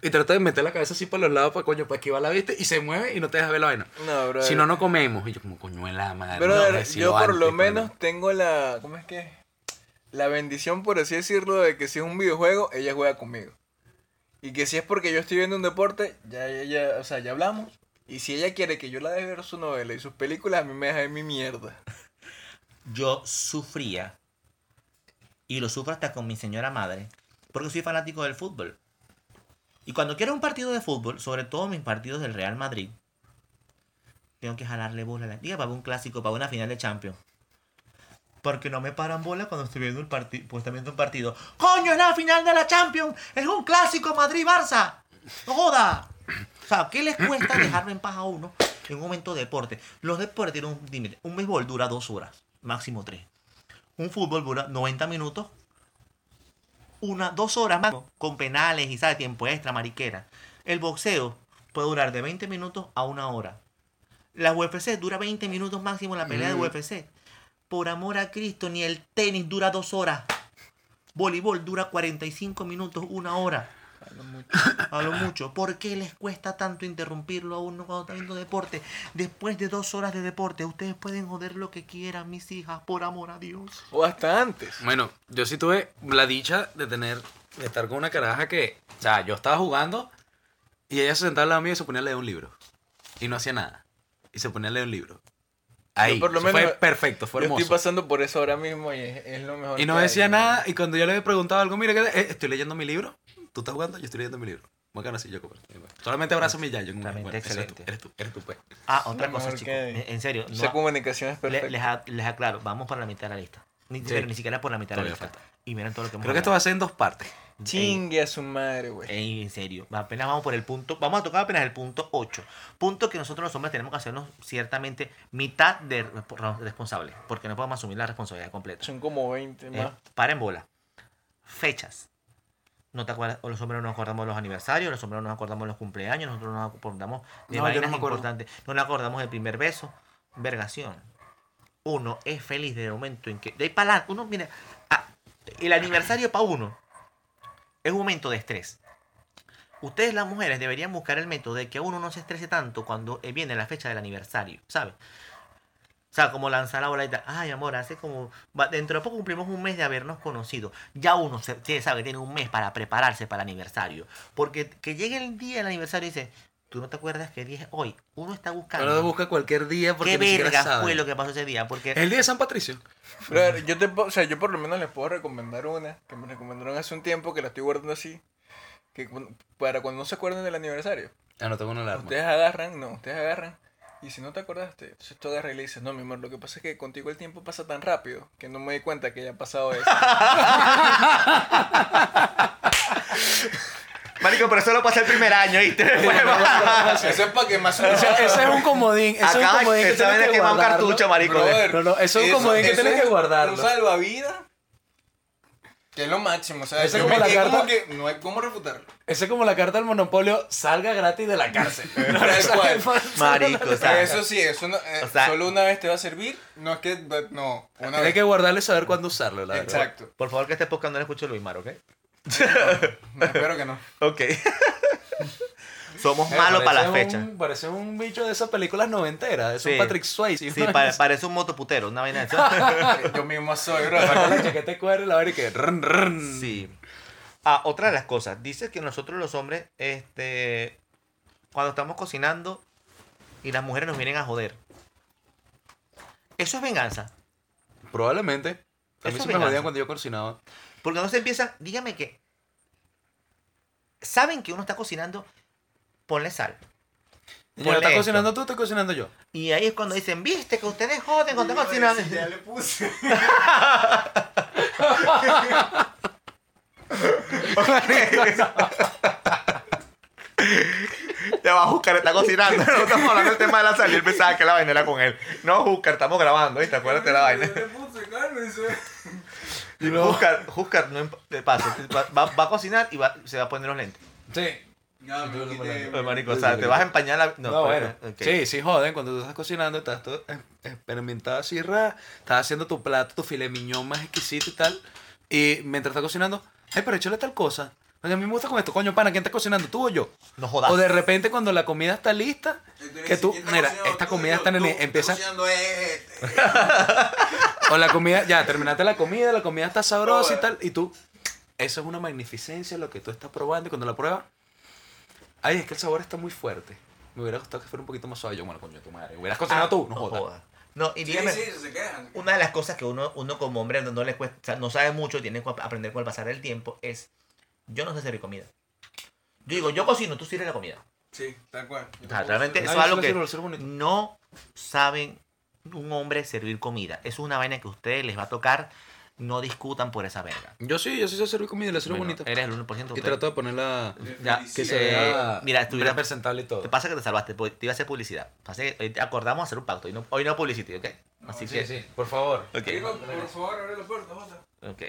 B: Y trata de meter la cabeza así para los lados para coño, para esquivar la vista y se mueve y no te deja ver la vaina.
A: No, brother.
B: Si no, no comemos. Y yo como, coño, es la madre.
A: Brother,
B: Ah, no,
A: yo
B: decilo
A: por
B: antes,
A: lo
B: coño".
A: menos tengo la. ¿Cómo es que? La bendición, por así decirlo, de que si es un videojuego, ella juega conmigo. Y que si es porque yo estoy viendo un deporte, ya ella, o sea, ya hablamos. Y si ella quiere que yo la deje ver su novela y sus películas, a mí me deja en mi mierda.
C: yo sufría y lo sufro hasta con mi señora madre porque soy fanático del fútbol. Y cuando quiero un partido de fútbol, sobre todo mis partidos del Real Madrid, tengo que jalarle bola a la Diga, para un clásico, para una final de Champions. Porque no me paran bola cuando estoy viendo, el partido pues, estoy viendo un partido. ¡Coño, es la final de la Champions! ¡Es un clásico Madrid-Barça! ¡No joda! O sea, ¿qué les cuesta dejarlo en paz a uno en un momento de deporte? Los deportes tienen un límite. Un béisbol dura dos horas, máximo tres. Un fútbol dura 90 minutos, una, dos horas más, con penales y sabe, tiempo extra, mariquera. El boxeo puede durar de 20 minutos a una hora. La UFC dura 20 minutos máximo la pelea
B: Mm.
C: de UFC. Por amor a Cristo, ni el tenis dura dos horas. Voleibol dura 45 minutos, una hora. A lo mucho. ¿Por qué les cuesta tanto interrumpirlo a uno cuando está viendo deporte? Después de dos horas de deporte, ustedes pueden joder lo que quieran, mis hijas, por amor a Dios.
A: O hasta antes.
B: Bueno, yo sí tuve la dicha de tener, de estar con una caraja que, o sea, yo estaba jugando y ella se sentaba al lado mío y se ponía a leer un libro. Y no hacía nada. Y se ponía a leer un libro. Ahí.
A: Yo por lo
B: Eso
A: menos-
B: fue perfecto, fue
A: yo estoy
B: hermoso.
A: pasando por eso ahora mismo y es, es lo mejor.
B: Y no
A: que hay.
B: decía nada. Y cuando yo le preguntaba algo, mira, ¿qué te- eh, estoy leyendo mi libro. Tú estás jugando, yo estoy leyendo mi libro. Bueno, ahora sí, yo como- Solamente
A: Ah,
B: abrazo mi ya. Yo, como,
C: Exactamente,
B: bueno, ese eres tú,
C: excelente.
B: eres tú, eres tú, pues.
C: Ah, otra
A: Lo
C: cosa,
A: mejor
C: chicos.
A: que hay.
C: En en serio, no-
A: Esa comunicación es
C: le-
A: perfecta.
C: les, a- les aclaro, vamos para la mitad de la lista. Ni,
B: Sí.
C: Pero ni siquiera por la mitad de la
B: Todavía
C: lista.
B: falta.
C: Y miren todo lo que hemos
B: Creo que esto va a ser en dos partes.
C: hablado.
A: Chingue a su madre, güey.
C: Ey, en serio, apenas vamos por el punto, vamos a tocar apenas el punto 8. Punto que nosotros los hombres tenemos que hacernos ciertamente mitad de re- responsables, porque no podemos asumir la responsabilidad completa.
A: Son como 20
C: Eh,
A: más.
C: para en bola. Fechas. No te acuerdas, o los hombres no nos acordamos de los aniversarios, los hombres no nos acordamos de los cumpleaños, nosotros no nos acordamos de
B: No, yo
C: vainas
B: no me acuerdo.
C: importantes, no nos acordamos del primer beso, vergación. Uno es feliz desde el momento en que. De ahí para adelante, uno, mira, ah, el aniversario para uno es un momento de estrés. Ustedes las mujeres deberían buscar el método de que uno no se estrese tanto cuando eh, viene la fecha del aniversario, ¿sabes? O sea, como lanzar la bola y tal. Ay, amor, hace como. va- Dentro de poco cumplimos un mes de habernos conocido. Ya uno se, tiene- sabe que tiene un mes para prepararse para el aniversario. Porque que llegue el día del aniversario y dice, tú no te acuerdas que dije hoy. Uno está buscando.
B: Ahora busca cualquier día porque
C: Ah. ¿Qué
B: ni siquiera
C: verga
B: sabe.
C: fue lo que pasó ese día? Porque.
B: El día de San Patricio.
A: Brother, yo te po- o sea, yo por lo menos les puedo recomendar una que me recomendaron hace un tiempo que la estoy guardando así. Que cu- para cuando no se acuerden del aniversario,
B: Ah, no tengo una alarma.
A: ustedes agarran, no, ustedes agarran. Y si no te acordaste, entonces tú agarras y le dices, no, mi amor, lo que pasa es que contigo el tiempo pasa tan rápido que no me di cuenta que ya ha pasado eso.
C: Marico, pero solo pasé el primer año, [laughs] ¿viste? Después va.
B: Eso es para que más
D: Ese, ese es un comodín. Ese es un
C: Acá
D: comodín que
C: esa
D: tienes
C: vaina
D: que
C: quema un
D: guardarlo.
C: cartucho, marico.
B: Brother,
D: No, no, eso es un comodín que
A: eso
D: tienes
A: es
D: que guardarlo.
A: Un salvavidas. Que es lo máximo. O sea,
D: Esa es
A: yo
D: como
A: me
D: la
A: quedé como
D: carta-
A: que no hay cómo refutarlo.
D: Ese es como la carta del monopolio, salga gratis de la cárcel.
A: Tal cual.
C: Marico, o sea,
A: eso sí, eso no- eh,
C: O sea-
A: solo una vez te va a servir. No es que. No, una
B: Tienes
A: vez.
B: que guardarlo y saber cuándo usarlo, la verdad.
A: Exacto.
C: Por favor, que este podcast no le escuche Luis Mar, ¿ok?
A: No, espero
C: [laughs]
A: que no.
C: Ok.
B: Eh,
C: Somos malos para las
D: Parece
C: fechas.
D: un- Parece un bicho de esas películas noventeras. Es
C: Sí.
D: un Patrick Swayze.
C: Sí, pa- parece un motoputero, una vaina de
A: [laughs]
C: esa.
A: Yo mismo soy, bro.
D: Con la chaqueta de cuero y la vaina y que...
B: Rrrn, rrrn.
C: Sí. Ah, otra de las cosas. Dice que nosotros los hombres, este, cuando estamos cocinando y las mujeres nos vienen a joder. Eso es venganza.
B: Probablemente. A mí
C: Eso es
B: se me
C: venganza.
B: jodían cuando yo cocinaba.
C: Porque no se empiezan, dígame que saben que uno está cocinando, ponle sal.
B: Niño,
C: Ponle
B: ¿Estás
C: esto.
B: cocinando tú o estás cocinando yo?
C: Y ahí es cuando dicen, viste que ustedes joden cuando están cocinando. [laughs]
A: le puse.
C: Te va, Júcar está cocinando. No estamos hablando del tema de la sal. Y él pensaba que la vaina era con él. No, Júcar, estamos grabando, ¿viste? Acuérdate de la
A: [laughs]
C: vaina.
A: le puse, Carlos.
C: Júcar, Júcar, no imp- de paso, va, va a cocinar y va- se va a poner los lentes.
D: Sí.
A: No, me quité,
C: Oye, marico, o sea, te vas a empañar la...
D: No,
C: pero-
D: bueno.
C: pues, eh, ok.
B: Sí, sí, joden. Cuando tú estás cocinando, estás todo eh, experimentado así, ra. Estás haciendo tu plato, tu filet miñón más exquisito y tal. Y mientras estás cocinando, ay, pero échale tal cosa. Oye, a mí me gusta con esto, coño, pana, ¿quién está cocinando? ¿Tú o yo?
C: No jodas.
B: O de repente cuando la comida está lista, que tú, mira, esta comida está en el... Empieza,
A: este.
B: o la comida, ya, terminaste la comida, la comida está sabrosa y tal, y tú, eso es una magnificencia lo que tú estás probando, y cuando la pruebas, ay, es que el sabor está muy fuerte. Me hubiera gustado que fuera un poquito más suave. Yo, bueno, coño, tu madre. ¿Hubieras cocinado tú? No,
C: Ah, No
B: jodas.
C: jodas. No, y
A: Sí,
C: dígame,
A: sí, se quejan.
C: una de las cosas que uno, uno como hombre no, no le cuesta, o sea, no sabe mucho, tiene que aprender con el pasar del tiempo, es, yo no sé servir comida. Yo digo, yo cocino, tú sirves la comida.
A: Sí, tal cual.
C: O sea, realmente
B: No,
C: eso
B: yo
C: es algo
B: solo
C: que
B: sirvo, lo sirvo bonito.
C: no saben un hombre servir comida. Eso es una vaina que a ustedes les va a tocar. No discutan por esa verga.
B: Yo sí, yo sí sé servir comida y la sirvo
C: Bueno,
B: bonita.
C: Eres el 1%. ok.
B: Y trato de ponerla...
C: Ya,
B: Que
A: que
B: se
C: Eh,
B: vea
C: mira, estuviera-
B: presentable y
C: Te
B: todo.
C: pasa que te salvaste, porque te iba a hacer publicidad. Pasa que hoy te acordamos hacer un pacto. Hoy no, hoy no publicity, ¿ok? Así que.
B: por favor.
C: Ok.
A: por favor, abre la puerta, Jota.
C: Ok.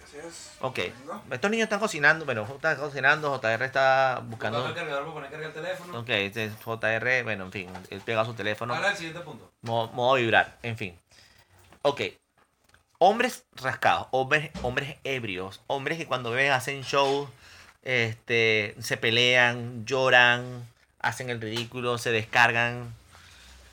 A: Gracias.
C: Ok.
A: No.
C: Estos niños están cocinando, bueno, J está cocinando, JR está buscando.
B: cargador para poner carga el teléfono.
C: Ok, este es JR, bueno, en fin, él pega su teléfono.
B: el siguiente punto.
C: Modo, modo vibrar, en fin. Ok. Hombres rascados, hombres, hombres ebrios, hombres que cuando beben hacen show, este, se pelean, lloran, hacen el ridículo, se descargan,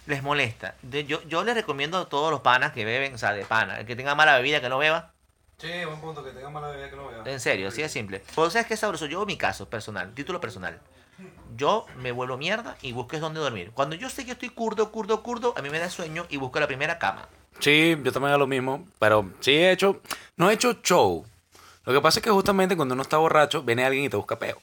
C: les molesta. De- yo, yo les recomiendo a todos los panas que beben, o sea, de pana, el que tenga mala bebida que no beba,
B: Sí, buen punto, que tenga mala bebida que no vea.
C: en serio, así de simple. O sea, es que es sabroso. Yo, mi caso personal, título personal. Yo me vuelvo mierda y busques dónde dormir. Cuando yo sé que estoy curdo, curdo, curdo, a mí me da sueño y busco la primera cama.
B: Sí, yo también hago lo mismo, pero sí he hecho, no he hecho show. Lo que pasa es que justamente cuando uno está borracho, viene alguien y te busca peo.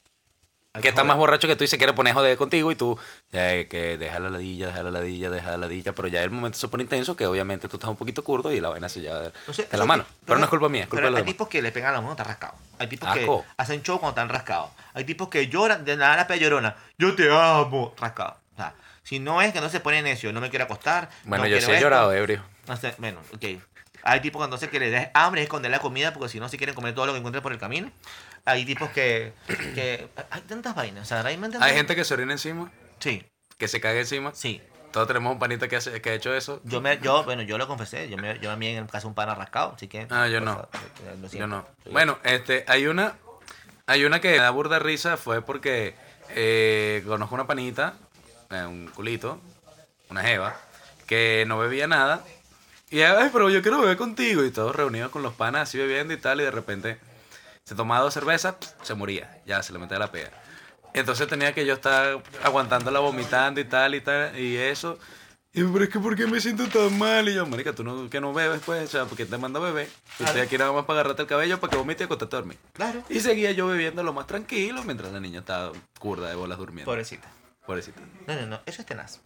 B: Que está más borracho que tú y se quiere poner a joder contigo y tú, ya, eh, que deja la ladilla, deja la ladilla, deja la ladilla, pero ya el momento se pone intenso que obviamente tú estás un poquito curdo y la vaina se lleva de,
C: Entonces,
B: de la
C: son
B: mano.
C: ti-
B: Pero, no es culpa mía, es culpa
C: pero
B: de los
C: Hay
B: demás.
C: tipos que le pegan a la mano cuando están rascados. Hay tipos
B: Asco.
C: que hacen show cuando están rascados. Hay tipos que lloran de nada la pea llorona. Yo te amo, rascado. O sea, si no es que no se pone necio, no me quiero acostar.
B: Bueno,
C: no
B: yo
C: quiero
B: sí he
C: esto.
B: llorado, eh. ebrio.
C: O sea, bueno, ok. Hay tipos cuando sé que les des hambre es esconder la comida porque si no se quieren comer todo lo que encuentren por el camino. Hay tipos que, que hay tantas vainas, o sea, realmente
B: Hay gente que se orina encima,
C: sí,
B: que se caga encima.
C: sí.
B: Todos tenemos un panita que, hace- que ha hecho eso.
C: Yo me yo bueno, yo lo confesé, yo me yo a mí en el caso un pan arrascado, así que
B: Ah, yo
C: por
B: no.
C: favor, eh, lo
B: Yo
C: siento.
B: no.
C: Sí.
B: Bueno, este, hay una, hay una que me da burda risa fue porque eh, conozco una panita, eh, un culito, una jeva, que no bebía nada. Y ella, ay, pero yo quiero beber contigo. Y todos reunidos con los panas así bebiendo y tal. Y de repente se tomaba dos cervezas, se moría. Ya, se le metía la pega. Entonces tenía que yo estar aguantándola, vomitando y tal y tal. Y eso. Y yo, pero es que ¿por qué me siento tan mal? Y yo, marica, tú no, que no bebes, pues, o sea, porque te manda a beber. Yo estoy aquí nada más para agarrarte el cabello, para que vomite y acostarte a dormir.
C: Claro.
B: Y seguía yo bebiendo lo más tranquilo mientras la niña estaba curda de bolas durmiendo.
C: Pobrecita.
B: Pobrecita.
C: No, no, no, eso es tenaz.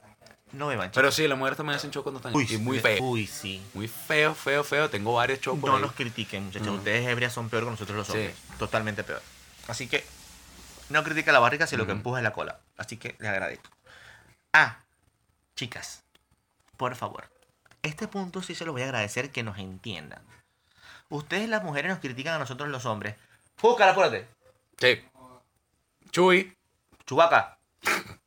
C: No me manches.
B: Pero sí, las mujeres también hacen show cuando están. y muy
C: sí.
B: feo.
C: Uy, sí.
B: Muy feo, feo, feo. Tengo varios shows por
C: No
B: ahí. Mm.
C: nos critiquen, muchachos. Ustedes ebrias son peor que nosotros los
B: Sí.
C: hombres. Totalmente peor. Así que no critica la barriga si lo que
B: Mm.
C: empuja es la cola. Así que les agradezco. Ah, chicas, por favor. Este punto sí se los voy a agradecer que nos entiendan. Ustedes las mujeres nos critican a nosotros los hombres. Júcar, apúrate.
B: Sí. Chuy.
C: Chubaca. [coughs]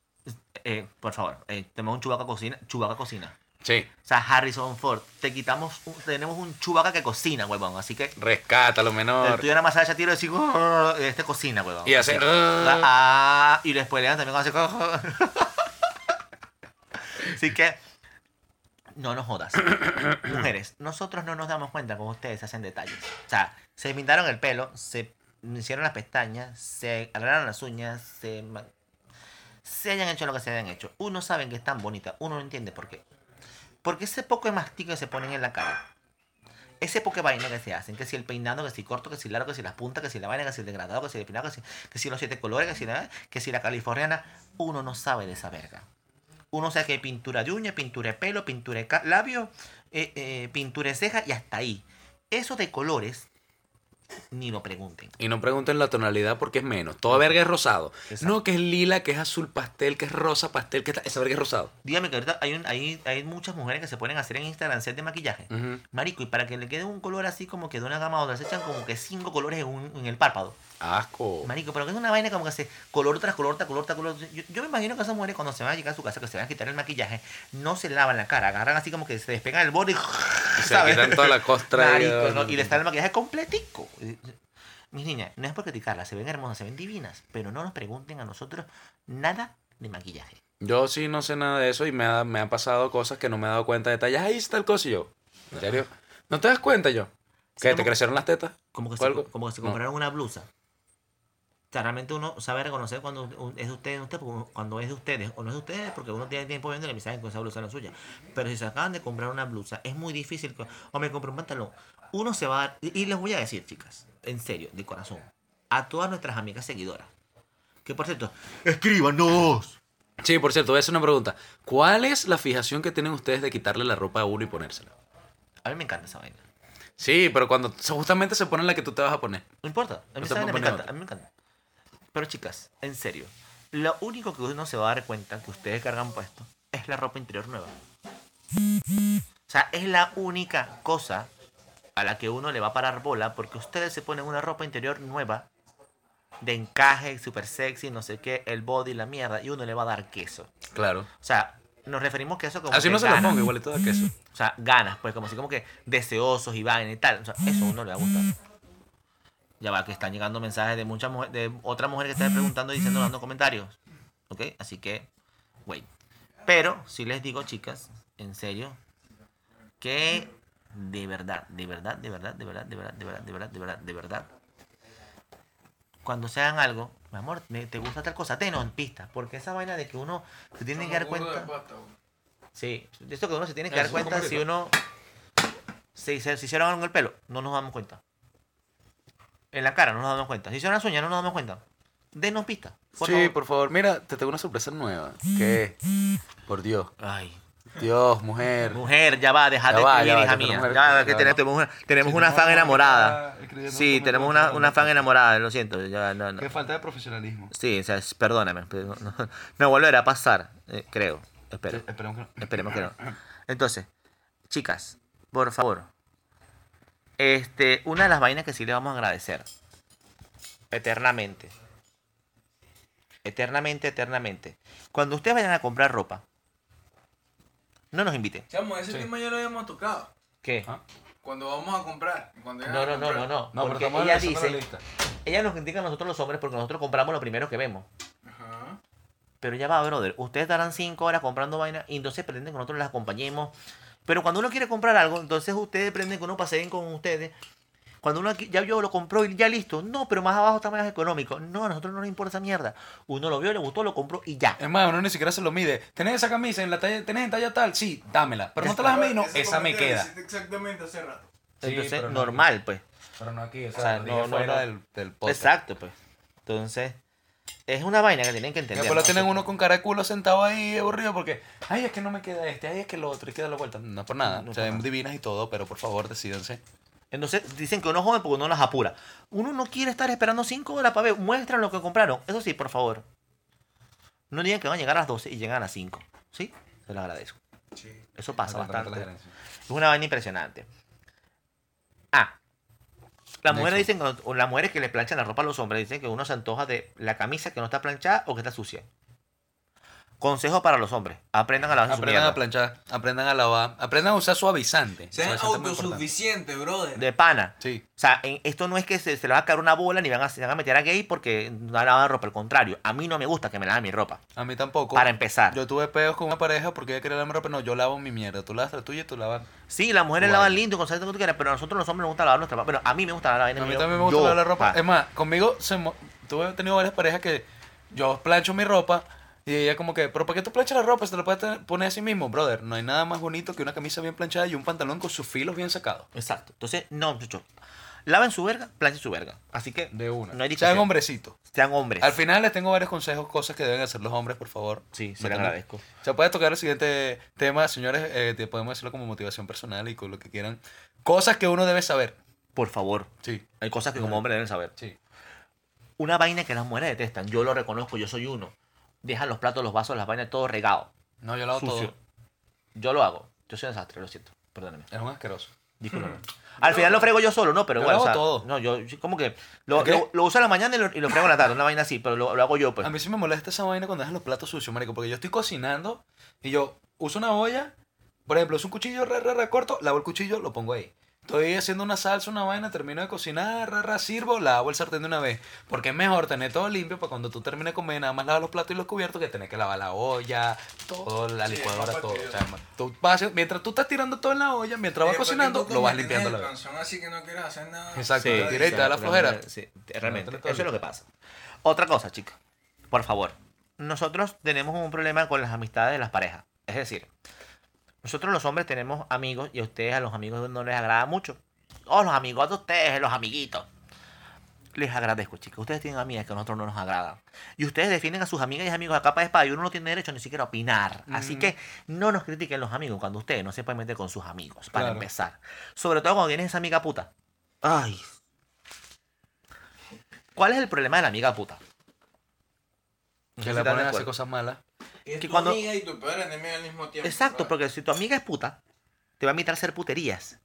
C: Eh, por favor, eh, tenemos un Chubaca cocina. Chubaca cocina.
B: Sí.
C: O sea, Harrison Ford, te quitamos, un- tenemos un Chubaca que cocina, huevón. Así que
B: Rescata lo
C: El
B: menor.
C: tuyo nada más sale a tiro y decir, "Grrr", este cocina, huevón.
B: Y hace.
C: Así. Ah, y después lean también hace. [laughs] Así que, no nos jodas. Mujeres, nosotros no nos damos cuenta cómo ustedes hacen detalles. O sea, se pintaron el pelo, se hicieron las pestañas, se arreglaron las uñas, se, ma- se hayan hecho lo que se hayan hecho. Uno sabe que es tan bonita, uno no entiende por qué. Porque ese poco de mastica que se ponen en la cara, ese poco de vaina que se hacen, que si el peinado, que si corto, que si largo, que si las puntas, que si la vaina, que si el degradado, que si el peinado, que si, que si los siete colores, que si, la, que si la californiana, uno no sabe de esa verga. Uno sabe que hay pintura de uña, pintura de pelo, pintura de ca- labio, eh, eh, pintura de ceja y hasta ahí. Eso de colores, ni lo pregunten.
B: Y no pregunten la tonalidad porque es menos. Toda verga es rosado.
C: Exacto.
B: No, que es lila, que es azul pastel, que es rosa pastel, que es- esa verga es rosado.
C: Dígame que ahorita hay, un- hay, hay muchas mujeres que se ponen a hacer en Instagram set de maquillaje.
B: Ujú.
C: Marico, y para que le quede un color así como que de una gama a otra, se echan como que cinco colores en, un- en el párpado.
B: Asco.
C: Marico, pero que es una vaina como que se color tras color, tras color, tras color. Yo, yo me imagino que esas mujeres cuando se van a llegar a su casa, que se van a quitar el maquillaje, no se lavan la cara, agarran así como que se despegan el borde y
B: Y se
C: ¿sabes?
B: quitan toda la
C: [laughs]
B: costra.
C: Marico, ¿no? y le está el maquillaje completico. Mis niñas, no es por criticarlas, se ven hermosas, se ven divinas, pero no nos pregunten a nosotros nada de maquillaje.
B: Yo sí no sé nada de eso y me, ha- me han pasado cosas que no me he dado cuenta de detalles. Ahí está el coso y yo. ¿En serio? ¿No te das cuenta yo? ¿Que te
C: como-
B: crecieron las tetas?
C: Como que,
B: ¿O
C: se,
B: algo?
C: como que se
B: No.
C: compraron una blusa. O sea, realmente uno sabe reconocer cuando un- es de ustedes, usted, porque uno- cuando es de ustedes o no es de ustedes, porque uno tiene tiempo viendo la mensaje con esa blusa no es suya. Pero si se acaban de comprar una blusa, es muy difícil. que- O me compré un pantalón. Uno se va a dar. Y y les voy a decir, chicas, en serio, de corazón, a todas nuestras amigas seguidoras, que por cierto, escríbanos.
B: Sí, por cierto, voy a hacer una pregunta. ¿Cuál es la fijación que tienen ustedes de quitarle la ropa a uno y ponérsela?
C: A mí me encanta esa vaina.
B: Sí, pero cuando se- justamente se ponen la que tú te vas a poner.
C: No importa. A mí,
B: No
C: esa
B: te
C: vaina me
B: puedes poner
C: encanta, a mí me encanta. Pero chicas, en serio, lo único que uno se va a dar cuenta que ustedes cargan puesto es la ropa interior nueva. O sea, es la única cosa a la que uno le va a parar bola porque ustedes se ponen una ropa interior nueva de encaje, super sexy, no sé qué, el body, la mierda, y uno le va a dar queso.
B: Claro.
C: O sea, nos referimos que eso como
B: Así
C: que
B: no se la
C: ganas.
B: pongo, igualito de queso.
C: O sea, ganas, pues, como así como que deseosos y vaina y tal. O sea, eso a uno le va a gustar. Ya va, que están llegando mensajes de muchas mujeres, de otra mujer que está preguntando y diciendo, dando comentarios. ¿Ok? Así que, wait. Pero, si les digo, chicas, en serio, que de verdad, de verdad, de verdad, de verdad, de verdad, de verdad, de verdad, de verdad, de verdad. Cuando se hagan algo, mi amor, me- te gusta tal cosa, tenos en pista. Porque esa vaina de que uno se tiene que dar cuenta. Sí, de esto que uno se tiene que dar
B: Eso es
C: cuenta si uno se, se, se hicieron algo en el pelo, no nos damos cuenta. En la cara no nos damos cuenta. Si hicieron las uñas, no nos damos cuenta. Denos pista. Por
B: sí,
C: favor.
B: por favor. Mira, te tengo una sorpresa nueva. ¿Qué? Por Dios.
C: Ay,
B: Dios, mujer.
C: mujer, ya va, dejate
B: Ya va,
C: escribir,
B: ya va,
C: hija
B: que tenemos
C: mía.
B: mujer-
C: Ya va, que
B: ya
C: tenemos,
B: va.
C: tenemos una, tenemos una fan enamorada. Sí, tenemos una, una fan enamorada, lo siento. ya, no, no.
E: Qué falta de profesionalismo.
C: Sí, o sea, es- perdóname. pero No, no- no volverá a pasar, eh, creo. Espero.
E: Te- esperemos que no.
C: Esperemos
E: [clears throat]
C: que no. Entonces, chicas, por favor. Este, una de las vainas que sí le vamos a agradecer. Eternamente. Eternamente, eternamente. Cuando ustedes vayan a comprar ropa, no nos inviten.
A: Chamo, ese tema ya lo habíamos tocado.
C: ¿Qué?
B: Ah.
A: Cuando vamos a comprar. Cuando
C: No, no, no, no, no. porque ella dice, ella nos critica a nosotros los hombres porque nosotros compramos lo primero que vemos.
A: Ajá.
C: Pero ya va, brother. Ustedes darán cinco horas comprando vainas y entonces pretenden que nosotros las acompañemos. Pero cuando uno quiere comprar algo, entonces ustedes pretenden que uno paseen con ustedes. Cuando uno aquí- ya yo lo compró y ya listo. No, pero más abajo está más económico. No, a nosotros no nos importa esa mierda. Uno lo vio, le gustó, lo compró y ya.
B: Es más, uno ni siquiera se lo mide. ¿Tenés esa camisa en la talla, tenés en talla tal? Sí, dámela. Pero no te la das a mí, no. Esa me queda.
A: Exactamente hace rato.
B: Sí,
C: Entonces,
B: pero no-
C: normal, pues.
B: Pero no aquí, o
C: sea,
B: lo
C: no,
B: dije
C: no, no.
B: del, del podcast.
C: Exacto, pues. Entonces, es una vaina que tienen que
B: Y
C: entender.
B: después
C: ¿no?
B: lo pues tienen uno con cara de culo sentado ahí aburrido porque, ay, es que no me queda este, ay, es que lo otro, hay que darle vuelta. No por nada,
C: No
B: se
C: por
B: ven
C: nada.
B: divinas y todo, pero por favor, decídanse.
C: Entonces dicen que uno joven porque uno las apura. Uno no quiere estar esperando 5 horas para ver. Muestran lo que compraron. Eso sí, por favor. No digan que van a llegar a las 12 y llegan a las 5. ¿Sí? Se lo agradezco. Eso pasa bastante. Es una vaina impresionante. Ah. Las mujeres
B: Next
C: dicen, que- o las mujeres que le planchan la ropa a los hombres dicen que uno se antoja de la camisa que no está planchada o que está sucia. Consejo para los hombres. Aprendan a lavar su
B: Aprendan a
C: mierda.
B: planchar, aprendan a lavar, aprendan a usar suavizante.
E: Sean
B: Suavizante es muy importante.
E: autosuficientes, brother.
C: De pana.
B: Sí.
C: O sea, en- esto no es que se, se le va a caer una bola ni van a, se van a meter a gay porque no lavan ropa. Al contrario, a mí no me gusta que me laven mi ropa.
B: A mí tampoco.
C: Para empezar.
B: Yo tuve pedos con una pareja porque ella quería lavarme ropa. No, yo lavo mi mierda. Tú lavas la tuya y tú lavas.
C: Sí, las mujeres
B: Guay.
C: lavan lindo, con salsa que tú quieras, pero a nosotros los hombres nos gusta lavar nuestra ropa. Bueno, a mí me gusta lavar la vaina.
B: A mí
C: yo-
B: también me gusta
C: yo,
B: lavar la ropa. Em-
C: pa.
B: Es más, conmigo se mo- tuve he tenido varias parejas que yo plancho mi ropa y ella como que, pero ¿para qué tú planchas la ropa? Se la puedes tener- poner así mismo, brother. No hay nada más bonito que una camisa bien planchada y un pantalón con sus filos bien sacados.
C: Exacto. Entonces, no, muchachos. Laven su verga, planchen su verga. Así que,
B: De una.
C: No hay discusión.
B: Sean hombrecitos.
C: sean hombres.
B: Al final les tengo varios consejos, cosas que deben hacer los hombres, por favor.
C: Sí, se
B: No
C: lo
B: tengo-
C: agradezco.
B: Se puede tocar el siguiente tema, señores. eh, te podemos decirlo como motivación personal y con lo que quieran. Cosas que uno debe saber.
C: Por favor.
B: Sí.
C: Hay cosas que como hombre deben saber.
B: Sí.
C: Una vaina que las mujeres detestan. Yo lo reconozco, yo soy uno. Dejan los platos, los vasos, las vainas, todo regado.
B: No, yo lo hago
C: sucio.
B: todo.
C: Yo lo hago. Yo soy un desastre, lo siento. Perdóname.
B: Es un asqueroso.
C: Discúlpame. Al final lo frego yo solo, no, pero
B: Yo
C: bueno.
B: lo
C: o sea,
B: hago todo.
C: No, yo, yo como que lo,
B: ¿Ok?
C: lo- lo uso en la mañana y lo, y lo frego en la tarde, una vaina así, pero lo, lo hago yo, pues.
B: A mí sí me molesta esa vaina cuando dejan los platos sucios, marico, porque yo estoy cocinando y yo uso una olla, por ejemplo, es un cuchillo re, re, re corto, lavo el cuchillo, lo pongo ahí. Estoy haciendo una salsa, una vaina, termino de cocinar, ra, ra, sirvo, lavo el sartén de una vez. Porque es mejor tener todo limpio para cuando tú termines de comer, nada más lavar los platos y los cubiertos que tener que lavar la olla, todo, la
E: Sí, es más
B: licuadora, todo. O
E: fastidioso.
B: sea, tú vas- mientras tú estás tirando todo en la olla, mientras vas
E: Eh,
B: cocinando,
E: porque tú
B: lo vas
E: como tienes
B: limpiando
E: el
B: la vez.
E: panzón así que no quieres hacer nada.
B: Exacto,
C: Sí,
B: te tira y te da la
C: exacto,
B: flojera.
C: Sí, realmente.
B: No, te lo
C: Eso es lo que pasa. Otra cosa, chica. Por favor. Nosotros tenemos un problema con las amistades de las parejas. Es decir, nosotros los hombres tenemos amigos y a ustedes, a los amigos, no les agrada mucho. Oh, los amigos de ustedes, los amiguitos. Les agradezco, chicos. Ustedes tienen amigas que a nosotros no nos agradan. Y ustedes defienden a sus amigas y amigos a capa de espada y uno no tiene derecho ni siquiera a opinar. Así
B: Mm.
C: que no nos critiquen los amigos cuando ustedes no se pueden meter con sus amigos, para
B: Claro.
C: empezar. Sobre todo cuando tienes esa amiga puta. Ay. ¿Cuál es el problema de la amiga puta? No sé
B: Que
C: si
B: le
C: están de
B: ponen a hacer
C: acuerdo.
B: cosas malas.
E: Que es
C: que
E: tu
C: cuando-
E: amiga y tu peor enemigo al mismo tiempo.
C: Exacto,
E: brother.
C: porque si tu amiga es puta, te va a invitar a hacer puterías.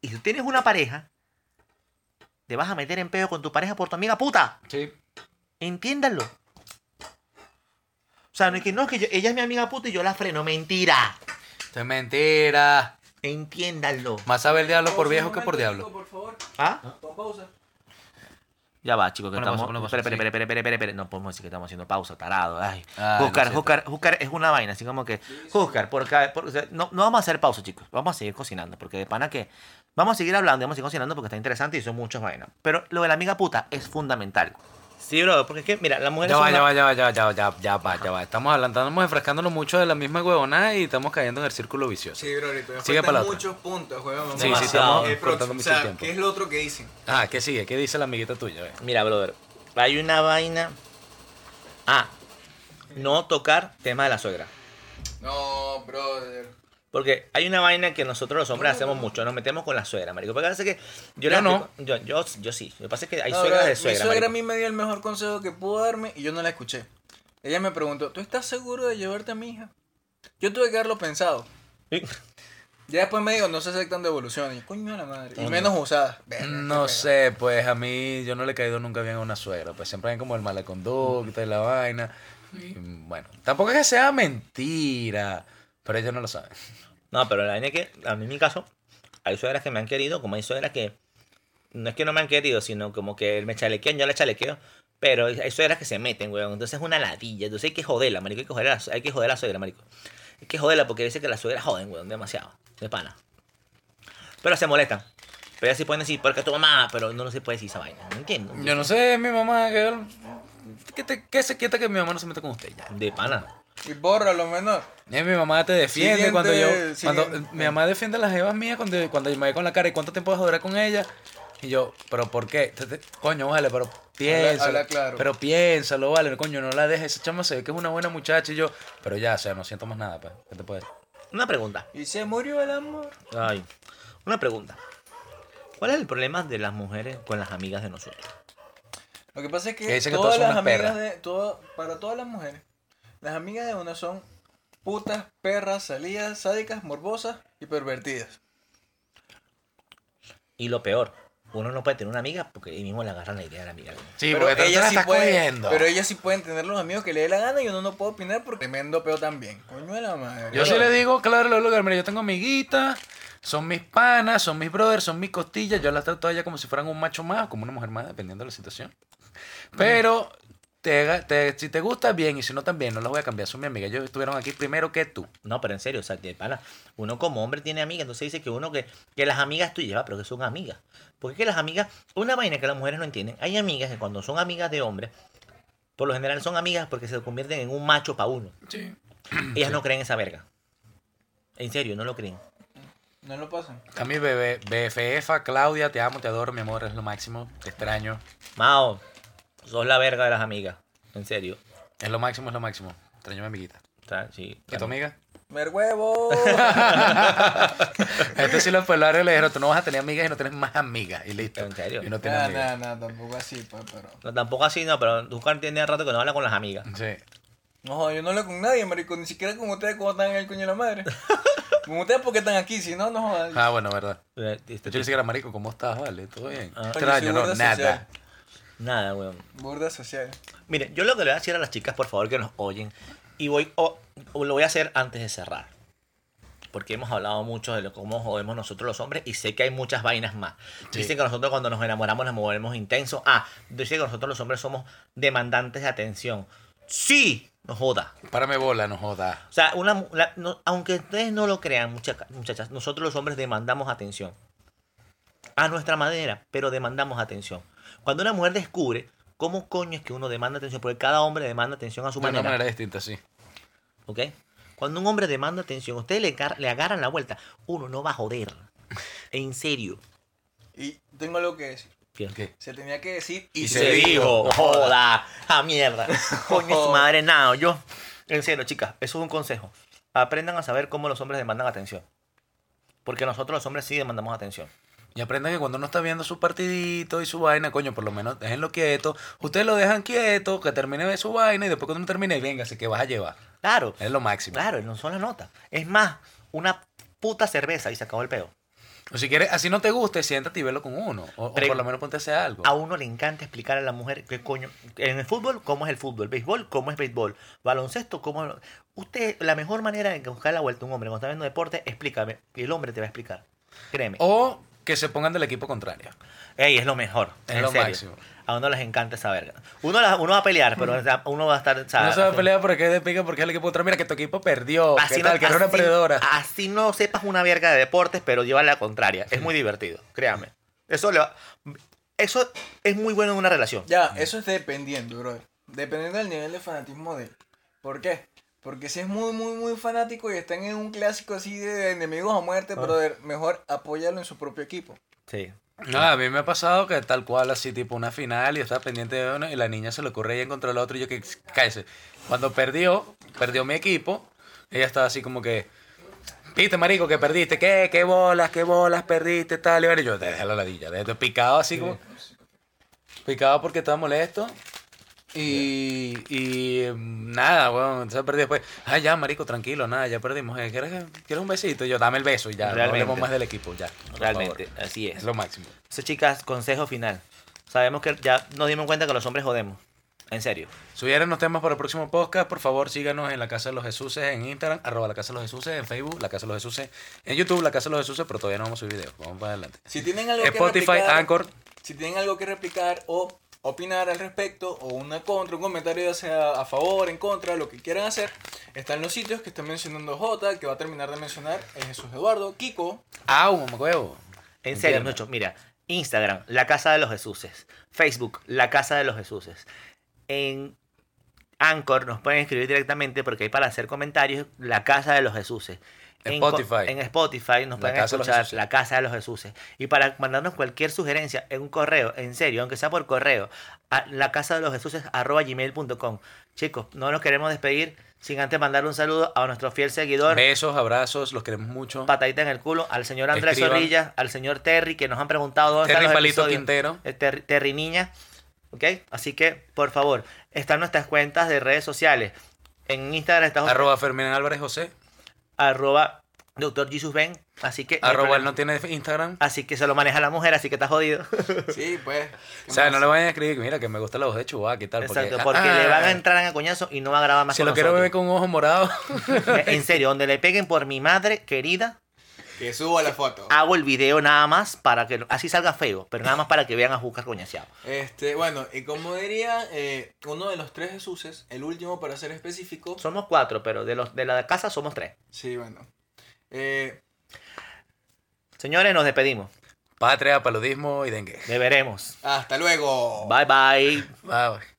C: Y si tienes una pareja, te vas a meter en peo con tu pareja por tu amiga puta.
B: Sí.
C: Entiéndanlo. O sea, no es que no, es que yo- ella es mi amiga puta y yo la freno. Mentira.
B: Esto es mentira.
C: Entiéndanlo.
B: Más sabe el diablo por
E: Pausa
B: viejo
E: un
B: que por
E: momento,
B: diablo.
E: chico, por favor.
C: ¿Ah?
E: Pon pausa.
C: Ya va, chicos, que
B: Ponle pausa,
C: estamos.
B: ponle pausa,
C: Espera, espera,
B: sí.
C: espera, espera, espera, espera. No podemos decir que estamos haciendo pausa, tarado. Ay.
B: Ay, lo
C: Juzgar,
B: siento.
C: juzgar, juzgar es una vaina, así como que. Juzgar, por ca- por- o sea, no, no vamos a hacer pausa, chicos. Vamos a seguir cocinando, porque de pana que. Vamos a seguir hablando, vamos a seguir cocinando porque está interesante y son muchas vainas. Pero lo de la amiga puta es fundamental. Sí, bro, porque es que, mira, la mujer.
B: Ya va, ya va, ya va, ya va, ya va, ya, ya va, ya va. Estamos hablando, estamos enfrascándonos mucho de la misma huevonada y estamos cayendo en el círculo vicioso.
E: Sí, bro, ahorita
B: Sigue para la otra.
E: muchos puntos, huevón.
B: Sí, sí,
E: Demasiado.
B: estamos
E: El
B: cortando
E: próximo, o
B: mucho
E: sea,
B: tiempo.
E: ¿qué es lo otro que dicen?
B: Ah, ¿qué sigue? ¿Qué dice la amiguita tuya? eh?
C: Mira, brother, hay una vaina. Ah, no tocar tema de la suegra.
E: No, brother.
C: Porque hay una vaina que nosotros los hombres hacemos mucho, nos metemos con la suegra, marico. Porque pasa es que yo,
B: Yo
C: le
B: no.
C: explico- Yo, yo, yo sí. Lo que pasa es que hay
A: No,
C: suegras
A: brother,
C: de suegra.
A: Mi suegra a
C: marico.
A: mí me dio el mejor consejo que pudo darme y yo no la escuché. Ella me preguntó, ¿tú estás seguro de llevarte a mi hija? Yo tuve que haberlo pensado. Ya después me dijo, no se aceptan devoluciones. Y yo, coño de la madre. Y menos usadas. Verga, qué
B: No
A: feo.
B: sé, pues a mí yo no le he caído nunca bien a una suegra. Pues siempre hay como el mala conducta y la vaina. Y, bueno, tampoco es que sea mentira, pero ellos no lo saben.
C: [laughs] No, pero la vaina es que, a mí en mi caso, hay suegras que me han querido, como hay suegras que. No es que no me han querido, sino como que me chalequean, yo la chalequeo. Pero hay suegras que se meten, weón. Entonces es una ladilla. Entonces hay que joderla, marico. Hay que joderla, hay que joderla a la suegra, marico. Hay que joderla porque dice que las suegras joden, weón, demasiado. De pana. Pero se molestan. Pero ya sí pueden decir, porque tu mamá, pero no, no se puede decir esa vaina. No entiendo.
B: Yo no sé, mi mamá, que, que, te- que se quieta que mi mamá no se meta con usted ya.
C: De pana.
A: Y borra lo menor.
B: Eh, mi mamá te defiende
A: Siguiente,
B: cuando yo. Cuando, eh,
A: siguiente.
B: mi mamá defiende a las jevas mías cuando, cuando yo me ve con la cara. ¿Y cuánto tiempo vas a durar con ella? Y yo, ¿pero por qué? Te- te- Coño, vale, pero piénsalo.
A: habla claro.
B: Pero piénsalo, vale, coño, no la dejes. Esa chama se ve que es una buena muchacha. Y yo, pero ya, o sea, no siento más nada, pues. ¿Qué te puedes?
C: Una pregunta.
A: Y se murió el amor.
C: Ay. Una pregunta. ¿Cuál es el problema de las mujeres con las amigas de nosotros?
A: Lo que pasa es que,
B: Que dicen que
A: todas
B: todas son
A: las
B: unas
A: amigas
B: perras.
A: de. todo- para todas las mujeres, las amigas de una son putas, perras, salidas, sádicas, morbosas y pervertidas.
C: Y lo peor, uno no puede tener una amiga porque ahí mismo le agarran la idea de la amiga.
B: Sí, porque tú te la estás
A: pueden,
B: cogiendo.
A: pero ellas sí pueden tener los amigos que le dé la gana y uno no puede opinar porque tremendo peo también. Coño de la madre.
B: Yo sí le digo, claro, lo lugar, mira, yo tengo amiguitas, son mis panas, son mis brothers, son mis costillas, yo las trato a ellas como si fueran un macho más, como una mujer más, dependiendo de la situación. Pero te, te- si te gusta, bien, y si no, también, no las voy a cambiar, son mi amiga, ellos estuvieron aquí primero que tú.
C: No, pero en serio, o sea, que pana, uno como hombre tiene amigas, entonces dice que uno que, que las amigas tú llevas, pero que son amigas. Porque es que las amigas, una vaina que las mujeres no entienden, hay amigas que cuando son amigas de hombres, por lo general son amigas porque se convierten en un macho para uno.
B: Sí.
C: Ellas no creen esa verga. En serio, no lo creen.
A: No lo pasan.
B: A mi bebé, BFF, Claudia, te amo, te adoro, mi amor, es lo máximo, te extraño,
C: Mao, sos la verga de las amigas. En serio.
B: es lo máximo, es lo máximo, extraño a mi amiguita.
C: O sea, sí,
B: ¿Y tu amiga? [laughs]
A: ¡Merhuevo!
B: Entonces Este sí los pelarios le dijeron, tú no vas a tener amigas y no tienes más amigas, y listo.
C: ¿En serio? Ah,
B: Y no tienes
A: Nada,
B: amigas.
A: nada, nada, tampoco así, pues, pero.
C: No, tampoco así, no, pero Ducar tiene rato que no habla con las amigas.
B: Sí.
A: No, yo no hablo con nadie, marico, ni siquiera con ustedes cuando están en el coño de la
B: [laughs]
A: madre. con ustedes porque están aquí, si no, no jodan.
B: Ah, bueno, verdad.
C: Eh, este
B: Yo le
C: tipo-
B: decía, marico, ¿cómo estás? Vale, todo bien.
C: Ah.
A: Oye,
B: Extraño, no,
A: seguro
B: nada.
A: social.
C: Nada, weón.
A: Burda social.
C: Mire, yo lo que le voy a decir a las chicas, por favor, que nos oyen, y voy, o- o lo voy a hacer antes de cerrar, porque hemos hablado mucho de lo, cómo jodemos nosotros los hombres, y sé que hay muchas vainas más. Dicen que nosotros cuando nos enamoramos nos movemos intenso. Ah, dicen que nosotros los hombres somos demandantes de atención. Sí, no joda.
B: Párame bola, no joda.
C: O sea, una, mu- la- no- aunque ustedes no lo crean, muchaca- muchachas, nosotros los hombres demandamos atención. A nuestra manera, pero demandamos atención. Cuando una mujer descubre cómo coño es que uno demanda atención, porque cada hombre demanda atención a su
B: De una
C: manera.
B: manera distinta, sí.
C: ¿Ok? Cuando un hombre demanda atención, ustedes le, agar- le agarran la vuelta, uno no va a
B: [laughs]
C: joder. En serio.
A: Y tengo algo que decir.
C: Fíjate.
A: Se tenía que decir y,
B: Y
A: se,
B: se dijo.
C: No Joda. A mierda. Coño, su madre, nada. Yo. En serio, chicas, eso es un consejo. Aprendan a saber cómo los hombres demandan atención. Porque nosotros los hombres sí demandamos atención.
B: Y aprendan que cuando uno está viendo su partidito y su vaina, coño, por lo menos déjenlo quieto. Ustedes lo dejan quieto, que termine de su vaina y después cuando termine, venga, así que vas a llevar.
C: Claro.
B: Es lo máximo.
C: Claro, no son las notas. Es más, una puta cerveza y se acabó el pedo.
B: O si quieres, así no te guste, siéntate y velo con uno. O, o
C: Pre-
B: por lo menos ponte a hacer algo.
C: A uno le encanta explicar a la mujer qué coño. En el fútbol, cómo es el fútbol. Béisbol, cómo es béisbol. Baloncesto, cómo. es- Usted, la mejor manera de buscar la vuelta a un hombre cuando está viendo deporte, explícame. Y el hombre te va a explicar. Créeme.
B: O que se pongan del equipo contrario.
C: Ey, es lo mejor.
B: Es
C: en
B: lo
C: serio.
B: máximo.
C: A uno les encanta esa verga. Uno, la- uno va a pelear, pero o sea, uno va a estar. o sea,
B: No se va a
C: así-
B: pelear porque es de pica, porque es el equipo contrario. Mira que tu equipo perdió. ¿Qué tal? Que era una
C: así-
B: perdedora.
C: Así no sepas una verga de deportes, pero lleva la contraria. Es muy divertido, créame. Eso, le va- eso es muy bueno en una relación.
A: Ya, eso es dependiendo, bro. Dependiendo del nivel de fanatismo de él. ¿Por qué? Porque si es muy, muy, muy fanático y están en un clásico así de enemigos a muerte,
B: Ah.
A: brother, mejor apóyalo en su propio equipo.
C: Sí.
B: No, a mí me ha pasado que tal cual, así tipo una final, y yo estaba pendiente de uno, y la niña se le ocurre ella contra el otro, y yo que cállese. Cuando perdió, perdió mi equipo, ella estaba así como que, viste, marico, que perdiste, ¿qué? ¿Qué bolas? ¿Qué bolas? ¿Perdiste? Tal, y bueno, y yo, déjala la ladilla, déjate picado así como, picado porque estaba molesto. Y, y mm, nada, bueno, entonces perdí después. Ah, ya, marico, tranquilo, nada, ya perdimos. eh, ¿Quieres, quieres un besito? Y yo, dame el beso y ya, no hablemos
C: Realmente.
B: más del equipo, ya. por favor.
C: Realmente, así es.
B: Es lo máximo.
C: Entonces, chicas, consejo final. Sabemos que ya nos dimos cuenta que los hombres jodemos. En serio.
B: Sugieran los temas para el próximo podcast. Por favor, síganos en La Casa de los Jesuses en Instagram, arroba La Casa de los Jesuses, en Facebook, La Casa de los Jesuses, en YouTube, La Casa de los Jesuses, pero todavía no vamos a subir videos. Vamos para adelante.
A: Si tienen algo que
B: Spotify,
A: replicar,
B: Anchor.
A: si tienen algo que replicar o opinar al respecto o una contra, un comentario ya sea a favor, en contra, lo que quieran hacer, están los sitios que está mencionando J, que va a terminar de mencionar eh, Jesús Eduardo, Kiko,
B: ¡Au, mamacuevo!
C: En serio,
B: Entiendo.
C: mucho. Mira, Instagram, La Casa de los Jesuses. Facebook, La Casa de los Jesuses. En Anchor nos pueden escribir directamente porque hay para hacer comentarios, La Casa de los Jesuses. en co-
B: Spotify.
C: En Spotify nos
B: La
C: pueden
B: Casa de los
C: escuchar
B: Jesuses.
C: La Casa de los Jesuses. Y para mandarnos cualquier sugerencia en un correo, en serio, aunque sea por correo, a la casa de los Jesuses arroba gmail.com. Chicos, no nos queremos despedir sin antes mandar un saludo a nuestro fiel seguidor,
B: Besos, abrazos, los queremos mucho.
C: patadita en el culo, al señor Andrés
B: Escriban.
C: Zorrilla, al señor Terry, que nos han preguntado dónde
B: Terry
C: están los
B: Palito
C: episodios.
B: Quintero.
C: Eh, Terry, Terry Niña. ¿Ok? Así que, por favor, están nuestras cuentas de redes sociales. En Instagram estamos
B: Arroba Fermín Álvarez
C: Eh,
B: José.
C: arroba Doctor Jesus Ben. Así que. no hay
B: Arroba él
C: problema.
B: no tiene Instagram.
C: Así que se lo maneja la mujer, así que está
B: [laughs]
C: jodido.
E: Sí, pues. ¿qué
B: O sea,
E: más?
B: no le vayan a escribir, mira, que me gusta la voz de Chewbacca y tal.
C: Exacto,
B: ah,
C: porque le van a
B: ah,
C: entrar a coñazo y no va a grabar más
B: Si
C: con
B: lo quiero beber
C: nosotros.
B: con un ojo morado. [laughs]
C: En serio, donde le peguen por mi madre querida,
E: Que suba la foto.
C: hago el video nada más para que. Así salga feo, pero nada más para que vean a Júcar coñaseado.
E: Este, bueno, y como diría eh, uno de los tres Jesuses, el último para ser específico.
C: Somos cuatro, pero de, los, de la casa somos tres.
E: Sí, bueno. Eh,
C: Señores, nos despedimos.
B: Patria, paludismo y dengue.
C: Beberemos.
E: hasta luego.
C: Bye bye.
B: Vamos.